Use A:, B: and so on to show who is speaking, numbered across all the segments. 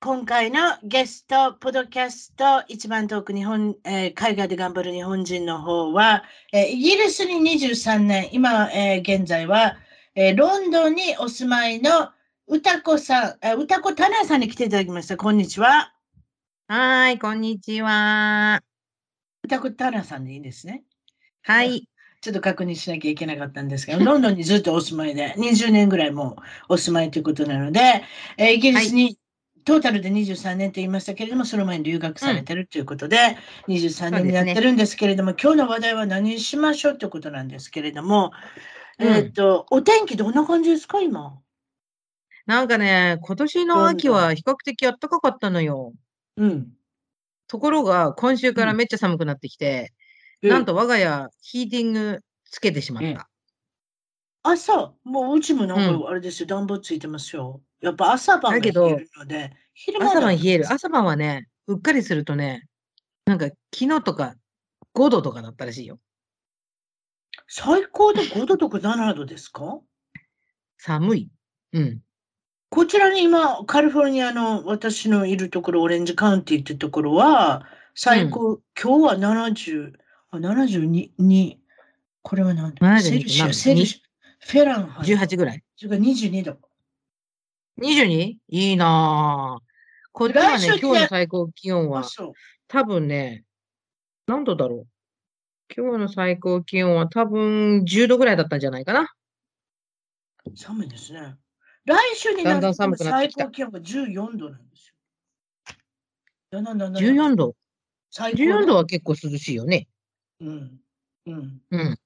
A: 今回のゲスト、ポドキャスト、一番遠く日本、えー海外で頑張る日本人の方は、えーイギリスに23年、今、えー現在は、えーロンドンにお住まいの歌子さん、えー歌子タナさんに来ていただきました。こんにちは。
B: はーい、こんにちは。
A: 歌子タナさんでいいですね。
B: はい、
A: ちょっと確認しなきゃいけなかったんですけど、ロンドンにずっとお住まいで、20年ぐらいもうお住まいということなので、えーイギリスに、トータルで23年と言いましたけれども、その前に留学されてるということで、23年になってるんですけれども、今日の話題は何にしましょうということなんですけれども、
B: うん
A: えーっと、お天気どんな感じですか、今。
B: なんかね、今年
A: どん
B: の
A: な
B: 秋は比較的暖かかったのよ。
A: うん。
B: ところが、今週から
A: うん
B: めっちゃ寒くなってきて、なんと我が家、ヒーティングつけてしま
A: ええ
B: った。
A: 朝、もううちもなん
B: う
A: かあれですよ、暖房ついてますよ。やっぱ朝晩が
B: だ
A: 冷
B: け
A: え
B: ど
A: るので、昼間
B: 朝晩冷え
A: だ
B: る。朝晩はね、うっかりするとね、なんか昨日とか5度とかだったらしいよ。
A: 最高で5度とか7度ですか
B: 寒い。うん。
A: こちらに今、カリフォルニアの私のいるところ、オレンジカウンティってところは、最高、今日は70、あ72、2これは何だ
B: 72
A: セルシ
B: な
A: ア、
B: んだ
A: セルシア、フェランハイト。
B: 18ぐらい。
A: それから22度。
B: 22? いいなぁ。こっちはね、
A: 来週
B: 今日
A: ね
B: の最高気温
A: あ、
B: は
A: そう。
B: 多分ね、何度だろう。今日の最高気温は多分10度ぐらいだったんじゃないかな。
A: 寒いですね。来週に
B: だ
A: なん
B: だ
A: る
B: ん寒く
A: と
B: なっ
A: 最
B: てきた
A: 高気温が14度なんですよ。だんだんだんだん
B: 14度。
A: 最高だ
B: 14度は結構涼しいよね。
A: うん。うん。
B: うん。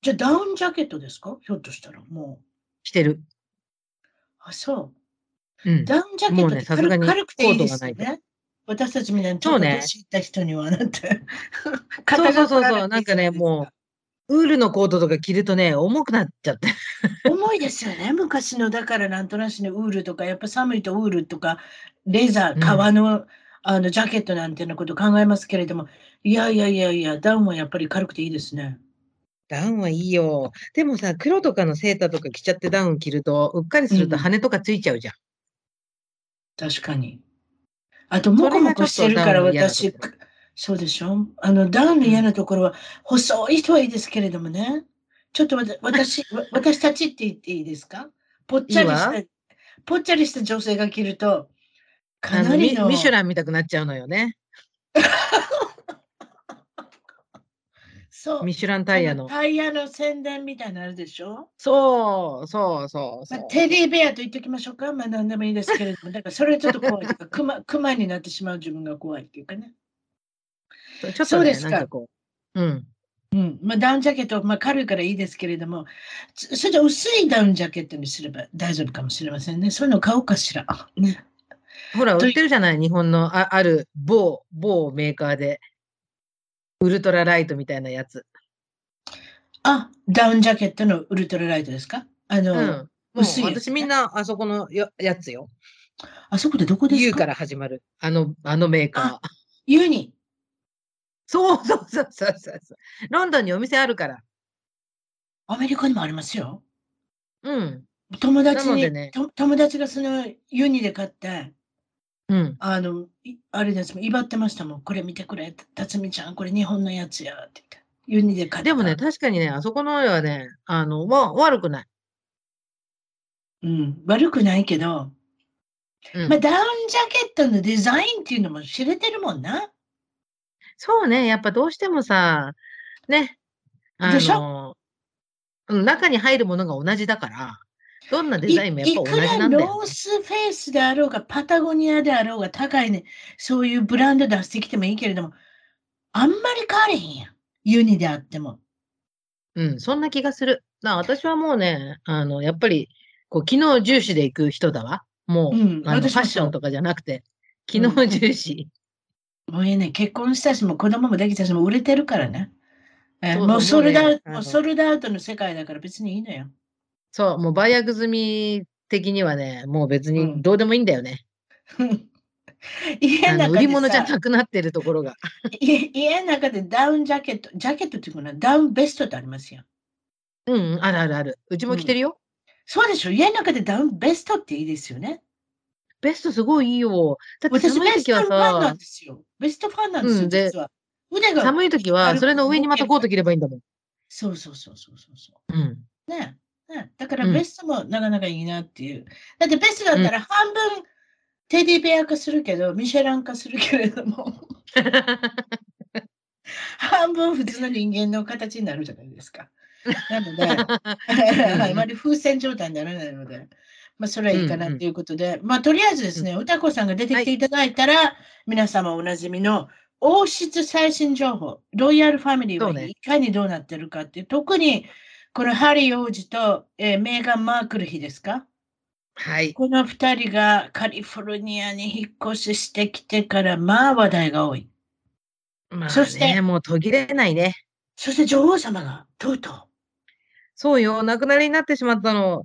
A: じゃあ、ダウンジャケットですかひょっとしたら、もう。
B: してる。
A: あ、そう。
B: うん。
A: ダウンジャケットって軽,、
B: もうねさすがに
A: 軽くていいですよ
B: コートが
A: ね。私たちみたいにちょ
B: そ
A: っ
B: う
A: と
B: ね
A: 年いった人にはなって。
B: そうそうそう
A: 肩が凝ら
B: そ
A: くて
B: う。ないん
A: いじゃ
B: かね、
A: いです
B: もう、ウールのコートとか着るとね、重くなっちゃって。
A: 重いですよね。昔のだからなんとなしのウールとか、やっぱ寒いとウールとか、レザ
B: う
A: ー、
B: ん
A: 革の,、あのジャケットなんてのこと考えますけれども、いやいやいやいや、ダウンはやっぱり軽くていいですね。
B: ダウンはいいよ。でもさ、黒とかのセーターとか着ちゃってダウン着ると、うっかりすると
A: うん
B: 羽とかついちゃうじゃん。
A: 確かに。あと、もこもこしてるから
B: それがちょ
A: 私
B: っとダウンの嫌なとこ、
A: そうでしょあの、ダウンの嫌なところは、細い人はいいですけれどもね。ちょっとわ た私、わ私たちって言っていいですかぽっちゃりした、
B: い
A: ぽっちゃりした女性が着ると、か
B: あ
A: な
B: の
A: り
B: ミ
A: の、
B: ミシュラン見たくなっちゃうのよね。
A: そう
B: ミ、シュランタイヤ
A: あ
B: の。
A: タイヤの宣伝みたいなのあるでしょ
B: そうそうそうそ
A: まあ
B: う。
A: テディベアと言っておきましょうか。まあ何でもいいですけれども、だからそれはちょっと怖いというか、熊熊になってしまう自分が怖いっていうかね。
B: ちょっ
A: そ
B: と
A: うで
B: ね、
A: す
B: な
A: か
B: んかこう。うん。
A: うん、まあ、ダウンジャケット、まあ、軽いからいいですけれども、つそれじゃ薄いダウンジャケットにすれば大丈夫かもしれませんね。そういうの買おうかしら。ね、
B: ほら、
A: とい
B: 売ってるじゃない、日本のあある某、某メーカーで。ウルトラライトみたいなやつ。
A: あ、ダウンジャケットのウルトラライトですかあ
B: う
A: の、
B: ん。もう
A: 薄いやつね
B: 私みんなあそこのややつよ。
A: あそこでどこですか
B: U から始まる。あの、あのメーカー。
A: ユニ。
B: そうそうそうそうそうそう。ロンドンにお店あるから。
A: アメリカにもありますよ。
B: うん。
A: 友達
B: なの
A: に、
B: でね
A: と友達がそのユニで買って、
B: うん。
A: あの、いあれですもん、威張ってましたもん。これ見てくれ、辰巳ちゃん、これ日本のやつやって言って。ユニで買った。
B: でもね、、確かにね、あそこのはね、あの、わ悪くない。
A: うん、悪くないけど、
B: うん
A: まあ、ダウンジャケットのデザインっていうのも知れてるもんな。
B: そうね、やっぱどうしてもさ、ね、あ
A: でし
B: の、うん中に入るものが同じだから、どんなデザインもやっぱ同
A: いい
B: じ
A: く
B: な
A: ら
B: んだ
A: ロ
B: よ
A: ー。スフェイスであろうが、パタゴニアであろうが、高いね、そういうブランド出してきてもいいけれども、あんまり変われへんやん。ユニであっても。
B: うん、そんな気がする。な私はもうね、あの、やっぱり、こう、機能重視で行く人だわ。もう、
A: うん
B: あのフ
A: 私もそう
B: ァッションとかじゃなくて、機能重視。
A: もうええね、結婚したしも子供もできたしも売れてるからね。え
B: そうそう
A: もうソルダ
B: もう
A: ウ
B: ねあ
A: ト、
B: の
A: もうソルダウトの世界だから別にいいのよ。
B: そう、もう売約済み的にはね、もう別
A: う
B: に
A: ん
B: どうでもいいんだよね。
A: 家
B: あ
A: の
B: の
A: 中
B: 売り
A: で
B: 物じゃ
A: さ
B: なくなってるところが。
A: 家家の中でダウンジャケット、ジャケットっていうかな、ダウンベストってありますよ。
B: うん、うんあるあるある。うちも着てるよ。
A: そうでしょ家の中でダウンベストっていいですよね。
B: ベストすごいいいよ。だって
A: 私
B: 寒
A: ベ
B: い
A: ス
B: 時
A: ト
B: は
A: ファンな
B: さ
A: ん、ですよ。ベストファンなんです
B: う
A: よ、
B: んで
A: 実は。腕が。
B: 寒い時はそれの上にまたコート着ればいいんだもん。
A: そうそうそうそうそうそ
B: うん。
A: う。ねえねえだから
B: うん
A: ベストもなかなかいいなっていう。だってベストだったら半分テディベア化するけど、ミシェラン化するけれども、半分普通の人間の形になるじゃないですか。なので、あまり風船状態にならないので、まあ、それはいいかなっていうことで、まあ、とりあえずですね、歌子さんが出てきていただいたら、皆様おなじみの王室最新情報、ロイヤルファミリー
B: そ
A: は
B: うね
A: いかにどうなってるかっていう、特にこのハリー王子と、えーメーガン・マークル妃ですか
B: はい。
A: この2人がカリフォルニアに引っ越ししてきてから、まあ話題が多い。
B: まあ、ね、
A: そして
B: もう途切れないね。
A: そして女王様がとうとう
B: そうよ、お亡くなりになってしまったの。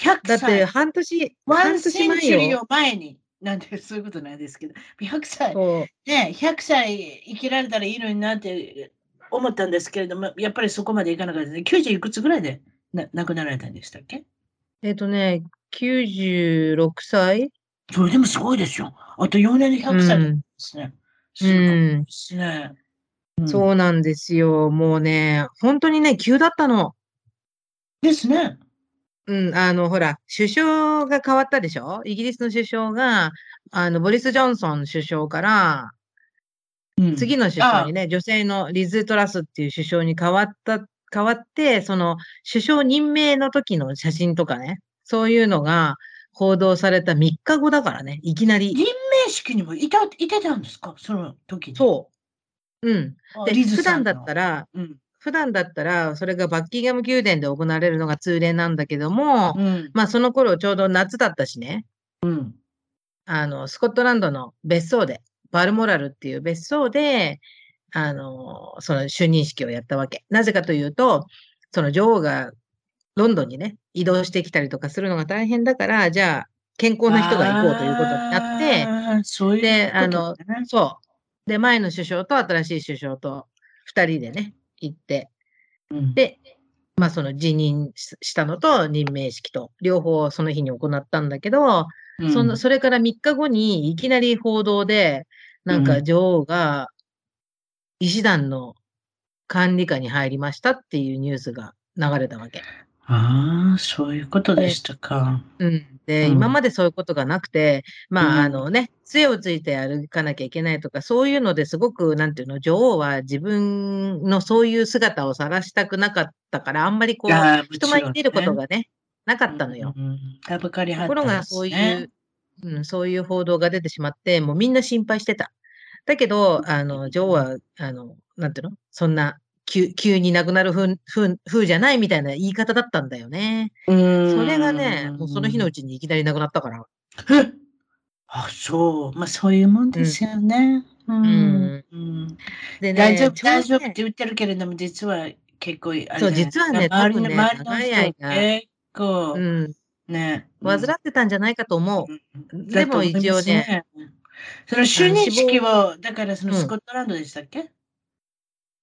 A: 100
B: だ
A: 歳。
B: って半年、
A: ワ
B: 半
A: ンセ
B: 年
A: ン
B: 前
A: チュリー
B: よ。
A: を前に、なんてそういうことなんですけど、100歳、
B: そう
A: ね、100歳生きられたらいいのになって思ったんですけれども、やっぱりそこまでいかなかったですね。90いくつぐらいでな亡くなられたんでしたっけ
B: えっ、とね、96歳
A: それでもすごいですよ。あと4年で100歳なんですね。
B: うん
A: すごいですね。うん
B: そうなんですよ。もうね、本当にね、急だったの。
A: ですね。
B: うん、あの、ほら、首相が変わったでしょイギリスの首相が、あの、ボリス・ジョンソン首相から、
A: うん
B: 次の首相にね、女性のリズ・トラスっていう首相に変わった、変わって、その、首相任命の時の写真とかね、そういうのが報道された3日後だからね、いきなり。
A: 任命式にもいたいてたんですかその時に。
B: そう。うん。
A: あ
B: で、
A: リズ
B: 普
A: さ
B: 段
A: ん
B: だった
A: ら。
B: ら、
A: うん。
B: 普段だったら、それがバッキンガム宮殿で行われるのが通例なんだけども、
A: うん。
B: まあ、その頃ちょうど夏だったしね、
A: うん。
B: あの、スコットランドの別荘で、バルモラルっていう別荘で、あの、その就任式をやったわけ。なぜかというと、その女王がロンドンにね、移動してきたりとかするのが大変だから、じゃあ、健康な人が行こうということにな
A: っ
B: って、
A: て、そういう
B: で
A: こと
B: あの
A: ね
B: そう。で、前の首相と新しい首相と二人でね、行って、
A: うん
B: で、まあその辞任ししたのと任命式と、両方その日に行ったんだけど、その、それから3日後にいきなり報道で、なん
A: う
B: か
A: ん
B: 女王が医師団の管理下に入りましたっていうニュースが流れたわけ。
A: ああ、そういうことでしたか。
B: うん、で、
A: うん
B: 今までそういうことがなくて、まあ、あ
A: うん
B: のね、杖をついて歩かなきゃいけないとか、そういうのですごく、なんていうの、女王は自分のそういう姿を晒したくなかったから、あんまりこう、
A: あー
B: 人前に出ることがね、な
A: あ
B: かったのよ。。
A: うんうんたぶかりは
B: と
A: った
B: こ
A: んで
B: ろ
A: すね
B: が、そういう、うん、そういう報道が出てしまって、もうみんな心配してた。だけど、あの、女王は、あの、なんていうのそんな、急急に亡くなる風風風じゃないみたいな言い方だったんだよね。それがね、もうその日のう
A: ち。
B: ちにいきなり亡くなったから。
A: えあ、そう。まあ、そういうもんですよね。うんうん
B: でね、
A: 大丈夫、
B: ちょうど
A: 大丈夫っ
B: ね
A: て言ってるけれども、実は結構あれじゃない、
B: そう実は
A: 周
B: ね
A: り
B: 多
A: の
B: 分ね
A: 周りの
B: 長い間
A: 人結構、
B: うん、
A: ね。
B: 患ってたんじゃないかと思う。
A: うん
B: でも一応ね。
A: だと思いますその就任式
B: あ
A: を、だからその
B: うん
A: スコットランドでしたっけ、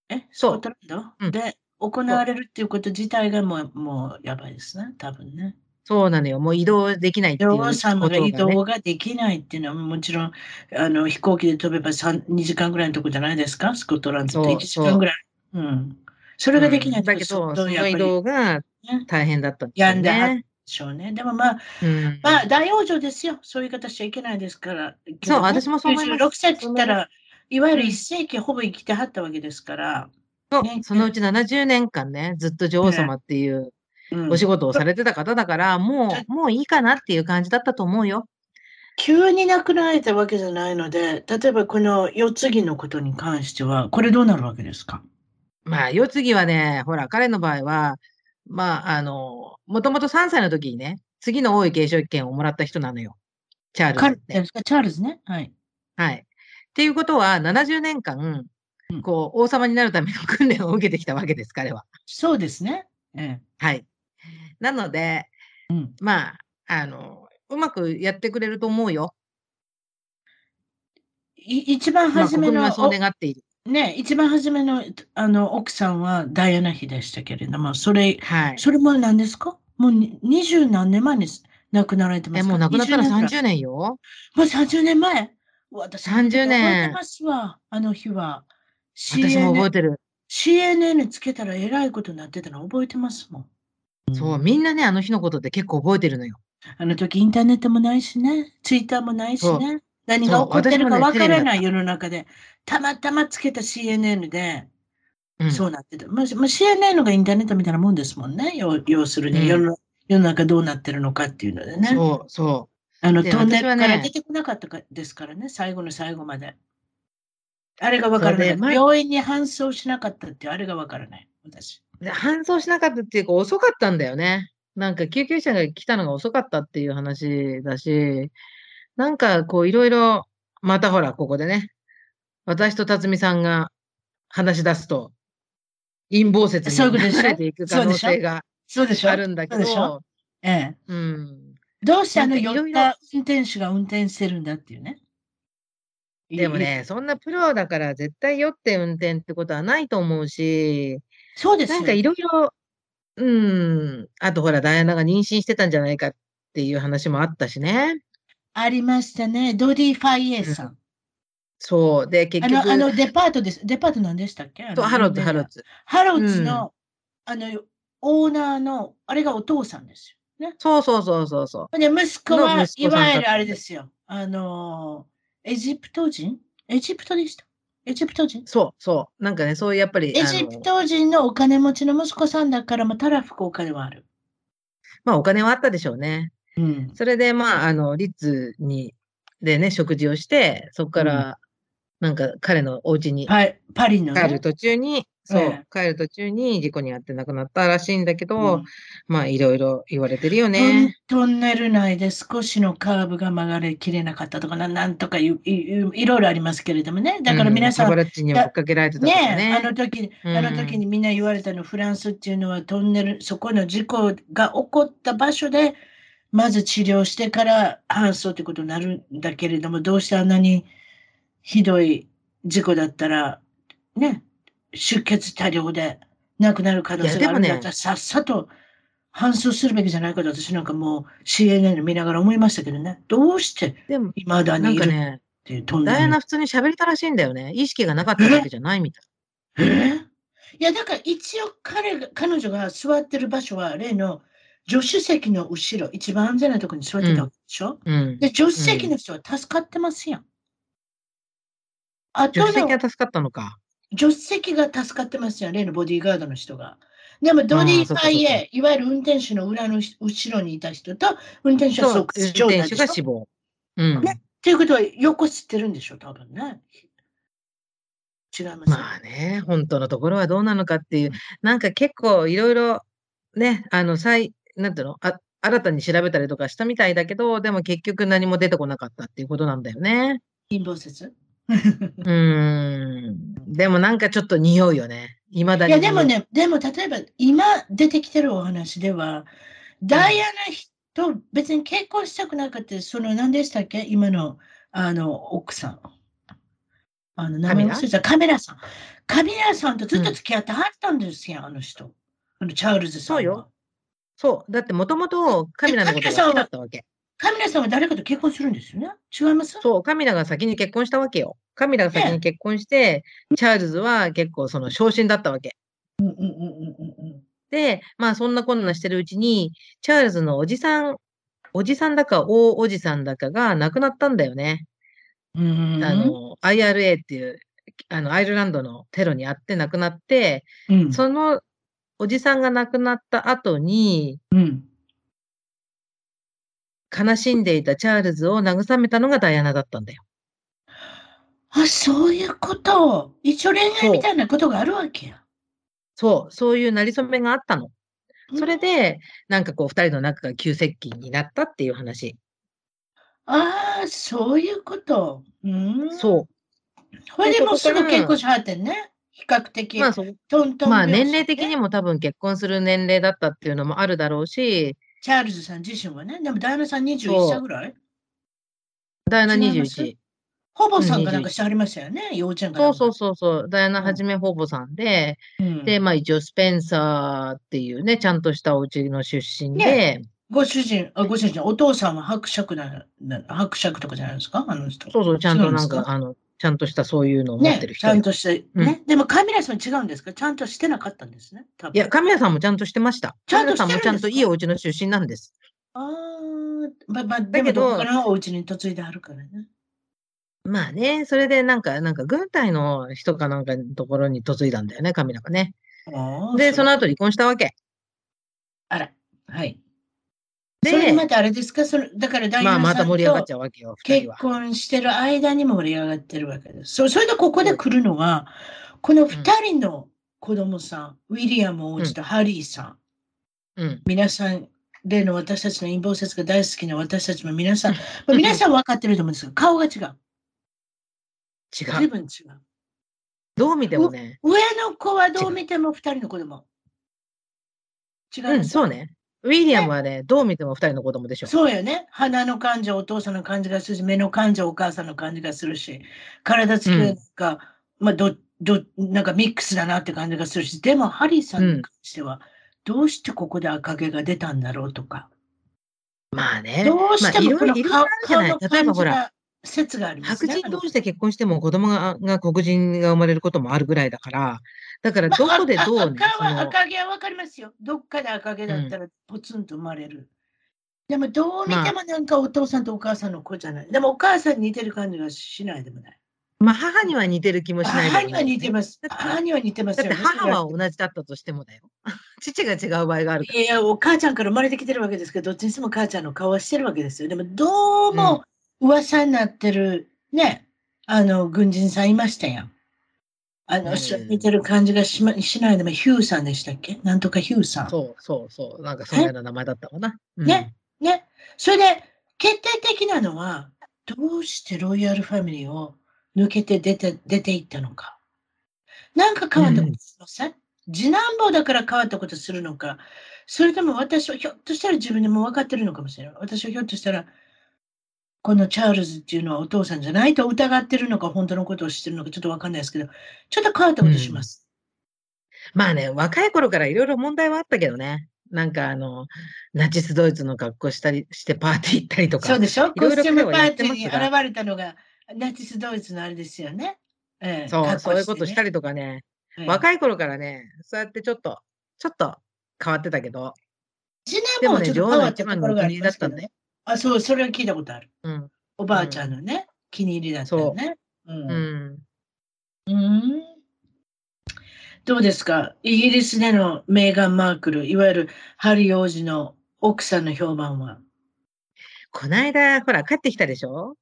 A: えス
B: そう
A: コットランド、
B: うん
A: で行われるっていうこと自体がもうもうやばいですね、多分ね。
B: そうなのよ。もう移動できないっていう
A: 女
B: こと
A: 王様が
B: ね
A: 移動ができないっていうのは、もちろんあの飛行機で飛べば3 2時間ぐらいのとこじゃないですか、スコットランドっ
B: そ
A: て
B: う
A: 1時間ぐらい。うん、それができない
B: うんだけど、そ
A: とや
B: の
A: っ
B: 移
A: ぱりで
B: 動が大変だったんです
A: や
B: よ
A: んだは
B: ね。
A: しょうね。でもまあ、
B: うん
A: まあ、大往生ですよ。そういう方しちゃいけないですから。
B: そう私もそう思います
A: 96歳って言ったら、いわゆる一世紀ほぼ生きてはったわけですから、
B: そう
A: ね
B: そのうち70年間ね、ずっと女王様っていう
A: うん
B: お仕事をされてた方だから、もう、もういいかなっていう感じだったと思うよ。
A: 急に亡くなられたわけじゃないので、例えばこの世継ぎのことに関しては、これどうなるわけですか
B: まあ、世継ぎはね、ほら、彼の場合は、まあ、あの、もともと3歳の時にね、次の王位継承権をもらった人なのよ。チャールズ
A: 彼
B: っ
A: で
B: て。
A: すかチャールズね。はい。
B: はい。っていうことは、70年間、こう、王様になるための訓練を受けてきたわけです、彼は。
A: そうですね。え
B: はい。なので、
A: え。うん。
B: まあ、あの、うまくやってくれると思うよ。
A: い一番
B: まあ、
A: 初
B: 国
A: め
B: 民
A: の、
B: はそう願っている。
A: おね、一番初めのあの奥さんはダイアナ妃でしたけれども、それ、
B: はい。
A: それも何ですかもうに二十何年前に亡くなられてま
B: え、
A: すか
B: もう亡くなったら
A: 20年くい
B: 30年よ。
A: もう30年前私
B: 30
A: 覚え
B: 年
A: てますわ、あの日は。
B: 私も覚え
A: CNN,
B: てる。
A: CNN つけたらえらいことになってたの覚えてますもん。
B: そう、みんなね、あの日のことって結構覚えてるのよ。
A: あの時インターネットもないしね、ツイッターもないし
B: そ
A: ね、何が
B: そう
A: 起こってるか
B: 私もね
A: わからな
B: テレビだっ
A: い世の中で、たまたまつけた CNN で、
B: うん、
A: そうなってた。まあ、まあ CNN がインターネットみたいなもんですもんね、要要する
B: うん
A: に世の、世の中どうなってるのかっていうのでね。
B: そう、そ
A: あの
B: で
A: トンネルか
B: 私は
A: ら
B: ね
A: 出てこなかったかですからね、最後の最後まで。あれがわから
B: そ
A: な
B: れで
A: い。
B: 前
A: 病院に搬送しなかったっていうあれがわからない。私。
B: う。で搬送しなかったっていうか、遅かったんだよね。なんか救急車が来たのが遅かったっていう話だし、なんかこういろいろ、またほら、ここでね、私と辰巳さんが話し出すと、陰謀説
A: そういう
B: に
A: ことでしょ
B: 流れていく可能性が
A: そうでしょ
B: あるんだけ
A: そうでし
B: ど
A: ょ、ええ。
B: うん。
A: どうしてあの
B: なんか
A: 酔
B: い
A: っ
B: ろいろ
A: た運転手が運転してるんだっていうね。
B: でもね、そんなプロだから絶対酔って運転ってことはないと思うし、
A: い、そうです
B: な
A: よ
B: んかいろいろ、うん、あとほら、ダイアナが妊娠してたんじゃないかっていう話もあったしね。
A: ありましたね。ドリー・ファイエーさん。
B: そう。で、結
A: あ
B: 局、
A: の、あのデパートです。デパートなんでしたっけあ
B: と
A: の
B: ハロッズ、ハロッズ。
A: ハロッズの、あの、オーナーの、あれがお父さんですよ。
B: そうそうそうそうそう。
A: で、息子は
B: の息
A: い
B: 子さんだった
A: わゆるあれですよ。あのー、エジプト人エジプトでした。エジプト人
B: そうそう。なんかね、そういうやっぱり、
A: エ
B: あ
A: ジ
B: の
A: プト人のお金持ちの息子さんだから、まあ、たらふくお金はある。
B: まあお金はあったでしょうね。
A: うん。
B: それで、まあ、あの、リッツに、でね、食事をして、そこから、なんか彼のお家に
A: パパリの、ね。
B: 帰る途中に、そう、
A: ええ
B: 帰る途中に事故に遭って亡くなったらしいんだけど、
A: うん
B: まあいろいろ言われてるよね。
A: トントンネル内で少しのカーブが曲がれきれなかったとかな、なんとかいういいいろいろありますけれどもね。だから皆さ
B: うパ
A: ん、
B: パラッチに追っかけられてたと
A: ね
B: か
A: え
B: ね。
A: あの時、
B: うん
A: あの時にみんな言われたの、フランスっていうのはトンネル、そこの事故が起こった場所で、まず治療してから搬送ってことになるんだけれども、どうしてあんなにひどい事故だったら、ね、出血多量で亡くなる可能性があるん
B: い
A: だ
B: や
A: っ
B: で
A: た
B: も
A: ら、さっさと搬送するべきじゃないかと、私なんかもう CNN 見ながら思いましたけどね、どうして
B: でも、
A: 未だ
B: な
A: に
B: ん
A: い
B: か
A: るっ
B: ね、
A: ていうトンネル
B: ダイア
A: に
B: ナ普通に喋れたらしいんだよね。意識がなかったわけじゃないみたい。
A: えいや、だから一応彼が、彼女が座ってる場所は、例の助手席の後ろ、一番安全なところに座ってたわけでしょ、
B: うん。
A: で、助手席の人は助かってますやん。あと
B: 女性
A: の
B: が助かったのか。
A: 助手席が助かってますやん、例のボディーガードの人が。でも、ドリー・フ
B: そうか
A: ァイ
B: そう
A: エ、いわゆる運転手の裏の後ろにいた人と、運転手は
B: そう
A: 即、
B: 運
A: 死状態
B: 転手
A: で
B: が
A: し
B: 死
A: ょ
B: 亡。うん。
A: ねということは、横知ってるんでしょ、多分ね。違います、
B: まあね、本当のところはどうなのかっていう、なんか結構いろいろ、ね、あの、再、なんていうのあ新たに調べたりとかしたみたいだけど、でも結局何も出てこなかったっていうことなんだよね。
A: 陰謀説
B: うーん。でもなんかちょっと匂うよね。いまだ
A: い
B: に。
A: や、でも。ね、でも例えば今出てきてるお話では、ダイアナ妃と別に結婚したくなかった、その何でしたっけ今のあの奥さん。あの名前忘れたカメラさん。カメラさんとずっと付き合ってはったんですよ、あの人。あのチャールズさんは。
B: そうよそう。だってもともとカミラのこと
A: え
B: が
A: カ
B: 好
A: ミラさんは
B: きだったわけ。
A: カメラさんは誰かと結婚するんですよね違います
B: そう、カミラが先に結婚したわけよ。カミラが先
A: ね
B: に結婚して、チャールズは結構その昇進だったわけ。
A: うんうんうんうんうんうん。
B: で、まあそんなこんなしてるうちに、チャールズのおじさん、おじさんだか大おじさんだかが亡くなったんだよね。
A: うん
B: あの、IRA っていう、あの、アイルランドのテロにあって亡くなって、
A: うん
B: そのおじさんが亡くなった後に、
A: うん
B: 悲しんでいたチャールズを慰めたのがダイアナだったんだよ。
A: あ、そういうこと。一応恋愛みたいなことがあるわけや。
B: そう、そういうなりそめがあったの。それで、なんかこう、二人の仲が急接近になったっていう話。
A: ああ、そういうこと。うん。
B: そ
A: それでもうす
B: そこ
A: ぐ
B: から
A: 結婚しはってんね。比較的
B: う。、まあ、そ
A: トントン
B: まあ、
A: 拍子で
B: 年齢的にも多分結婚する年齢だったっていうのもあるだろうし、
A: チャールズさん自身はね、でもダイアナさん
B: そ
A: 21
B: う
A: 歳ぐらい
B: ダイアナ
A: 違います
B: 21。
A: ほぼさんが
B: うん
A: なんかしてはりましたよね、幼稚園か
B: そ
A: ら。
B: うそうそうそう、ダイアナ
A: うん
B: はじめほぼさんで、
A: うん
B: で、まあ一応スペンサーっていうね、ちゃんとしたお家の出身で、
A: ねご主人、あご主人、お父さんは伯爵な、な伯爵とかじゃないですか、あの人。
B: そうそう、ちゃんとなん
A: 違う
B: か、
A: んです
B: あの、ちゃんとしたそういうのを持って
A: ね
B: る、
A: ち
B: 人よ。
A: ゃんとして、
B: うん
A: ね。でもカミラさん違うんですかちゃんとしてなかったんですね。多分
B: いや、神谷さんもちゃんとしてました。
A: ちゃんと
B: 神谷さんも
A: してるんです
B: ちゃん
A: か
B: といいお家の出身なんです。
A: ああ、まあまあ、で
B: だ
A: も
B: けど
A: どっかのお家に嫁いであるからね。
B: まあね、それでなんか、なんか軍隊の人かなんかのところに嫁いだんだよね、神谷がね。
A: あー
B: で、その
A: う
B: 後離婚したわけ。
A: あら、はい。
B: で
A: それでまたあれですかそれだからダイ
B: まあ
A: アナ
B: ま
A: さ
B: た
A: ん
B: 盛り上がっ
A: と
B: ちゃうわけよ、二
A: 結
B: 人は。
A: 婚してる間にも盛り上がってるわけです。そそれでここで来るのは、この2人の子供さん、ウィリアム王子とハリーさん、
B: うん。
A: 皆さん、例の私たちの陰謀説が大好きな私たちも皆さん、まあ皆さん分かってると思うんですが、顔が違う。
B: 違
A: 随
B: う。
A: 分違う。
B: どう見てもね。
A: 上の子はどう見ても2人の子供。違う
B: うんん、
A: です
B: そ
A: よ
B: うね。ウィリアムはね、どう見ても二人の子供でしょ。
A: そうよね。鼻の感じはお父さんの感じがするし、目の感じはお母さんの感じがするし、体つきはなんか、まあど、ど、なんかミックスだなって感じがするし、でもハリーさんに関しては、どうしてここで赤毛が出たんだろうとか、
B: まあね。
A: どうしてもこの
B: まあいろいろいろいろあ
A: 顔
B: るじ
A: 顔
B: ゃな
A: の
B: い例え
A: 感
B: ば
A: じ
B: ほら
A: が説があります
B: 白
A: ね。
B: 人同士で結婚しても子供がが黒人が生まれることもあるぐらいだから、だからどこでどうね、
A: まあ赤
B: そ
A: は
B: の
A: 赤毛は分かりますよ。どっかで赤毛だったらポツンと生まれる。でもどう見てもなんかお父さんとお母さんの子じゃない。でもお母さんに似てる感じがしないでもない。
B: まあ母には似てる気もしないでも
A: 母
B: ない
A: には似てます。
B: だって
A: 母には似てます
B: だ
A: よね、
B: って母は同じだったとしてもだよ。 父が違う場合があるか
A: いやいや、お母ちゃんから生まれてきてるわけですけど、どっちにしても母ちゃんの顔はしてるわけですよ。でも、どうも噂になってる、ね、あの、軍人さんいましたやん。あの、
B: うん
A: し見てる感じがし,、ま、しないでも、ヒューさんでしたっけなんとかヒューさ
B: ら。
A: ん。
B: そうそうそう。なんかそんなような名前だったかな。うん
A: ね。ね。それで、決定的なのは、どうしてロイヤルファミリーを抜けて出て、出ていったのか。なんか変わったことしません、次男坊だから変わったことするのか。それとも私はひょっとしたら自分でも分かってるのかもしれない。私はひょっとしたら、このチャールズっていうのはお父さんじゃないと疑ってるのか、本当のことを知ってるのか、ちょっと分かんないですけど、ちょっと変わったことします。
B: まあね、若い頃からいろいろ問題はあったけどね。なんかあの、ナチスドイツの格好したりしてパーティー行ったりとか。
A: そうでしょ
B: いろ
A: コ
B: い
A: ス
B: ろ
A: チュームパ
B: 彼はや
A: ー
B: っ
A: テ
B: て
A: ィー
B: ます
A: に現
B: が
A: れたのが、ナチスドイツのあれですよね。ええ
B: そうそういうことした
A: り、
B: りとかね。
A: ええ
B: 若い頃からね、そうやってちょっと、ちょっと変わってたけど、
A: 次
B: で
A: 男
B: も
A: 坊
B: ね
A: ちょっと変わったところがありますけど
B: 女王の一番のお気に入りだ
A: ね。
B: ったんだ
A: あ、そう、それは聞いたことある。
B: うん。
A: おばあちゃんのね、気に入りだったよね。う。
B: うんん。
A: うんどうですかイギリスでのメーガン・マークル、いわゆるハリー王子の奥さんの評判は。
B: こないだ、ほら、帰ってきたでしょ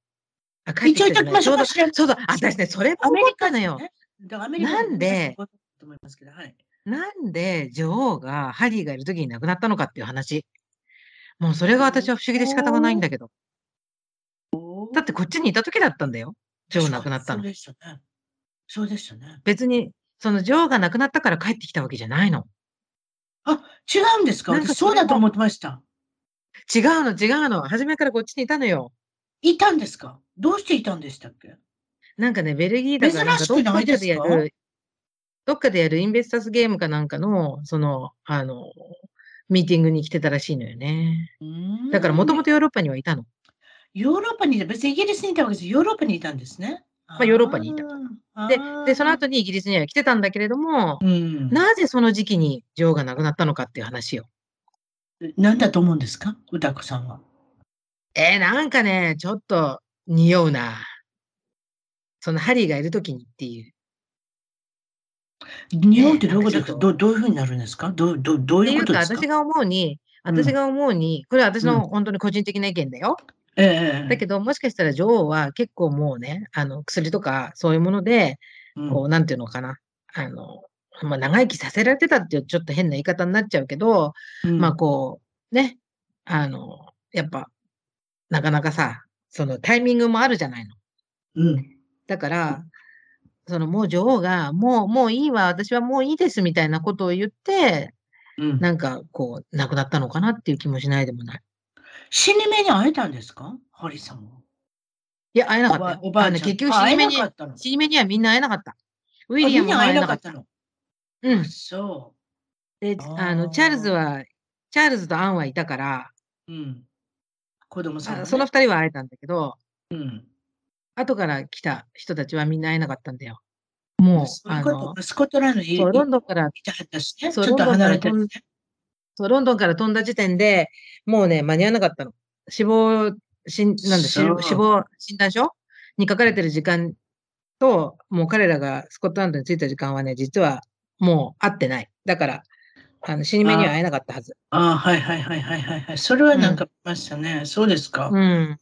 B: あ、帰って
A: 一応
B: き
A: 言ったと
B: じゃ
A: き
B: な
A: ま
B: い
A: し
B: ちょ
A: ょうか知ら
B: うど、
A: ん。
B: そうだ、私ね、それも
A: アメ
B: 思っ
A: リカ
B: たのよ。
A: ね。だからアメリカ
B: なんで
A: と思いますけど、はい。
B: なんで女王がハリーがいる時に亡くなったのかっていう話。もうそれが私は不思議で仕方がないんだけど。だってこっちにいた時だったんだよ。女王亡くなっ
A: そ
B: た
A: う
B: の。
A: でしたね。そうでしたね。
B: 別に、その女王が亡くなったから帰ってきたわけじゃないの。
A: あ、違うんですか
B: なんか
A: 私そうだと思ってました。
B: 違うの、違うの。初めからこっちにいたのよ。
A: いたんですかどうしていたんでしたっけ
B: なんかね、ベルギーだからなんか
A: 珍しく
B: どっ
A: ない
B: か
A: です
B: で
A: か
B: やる、どっかでやるインベスタスゲームかなんかの、その、あの、ミーティングに来てたらしいのよね。だからもとも
A: と
B: とヨーロッパにはいたの。
A: ヨーロッパにいた、別にイギリスにいたわけです。ヨーロッパにいたんですね。ま
B: あヨーロッパにいた。でで、その
A: 後、
B: 後にイギリスには来てたんだけれども、
A: うん、な
B: なぜその時期に女王が亡くなったのかっていう話よ。
A: なんだと思うんですか歌子さんは。
B: えー、なんかね、ちょっと匂うな。そのハリーがいるときにっていう。
A: 日本ってどういうこと
B: ね
A: ですかどどういうふうになるんですかどうどうど
B: っ
A: う
B: て
A: い
B: いうう
A: こと
B: か、
A: ですか
B: 私が思うに、
A: うん
B: 私が思うに、これは私の
A: うん
B: 本当に個人的な意見だよ。
A: ええええ
B: だけど、もしかしたら女王は結構もうね、あの、薬とかそういうもので、
A: うん
B: こう、なんていうのかな、あの、まあ、長生きさせられてたっていうちょっと変な言い方になっちゃうけど、
A: うん
B: まあ、こう、ね、あの、やっぱ、なかなかさ、そのタイミングもあるじゃないの。
A: うん
B: だから、そのもう女王が、もう、もういいわ、私はもういいですみたいなことを言って、
A: うん
B: なんかこう、亡くなったのかなっていう気もしないでもない。
A: 死に目に会えたんですかハリーさんは。
B: いや、会えなか
A: お
B: った
A: ば
B: よ。
A: おば
B: あ
A: あ
B: の
A: ちゃ
B: ね
A: ん
B: 結局
A: あ会え
B: 死に目
A: な
B: に
A: か、ったの。
B: 死に目にはみんな会えなかった。ウィ
A: あ
B: リアム
A: みん
B: も
A: な
B: 会
A: 会
B: え
A: え
B: な
A: な
B: か
A: か
B: っ。
A: ったたの。
B: うん。
A: そ
B: で、
A: あー
B: あの、チャールズは、チャールズとアンはいたから、
A: う。うん。子供さん、
B: あ
A: ね、
B: その二人は会えたんだけど、
A: うん、
B: 後から来た人たちはみんな会えなかったんだよ。もう、
A: そうい
B: あ
A: うこと
B: の、
A: スコットランドにい
B: そう、ロンドンから、
A: いてはったしね、ち
B: そう
A: ょっと離れてる、ね。
B: そう、ロンドンから飛んだ時点で、もうね、間に合わなかったの。死亡、しんなんだ、死
A: そう
B: 死亡診断書に書かれてる時間と、もう彼らがスコットランドに着いた時間はね、実はもう会ってない。だから、あの死に目には会えなかったはず。
A: ああ、はいはいはいはいはいはい。それはなんか見ましたね。そうですか、
B: うん。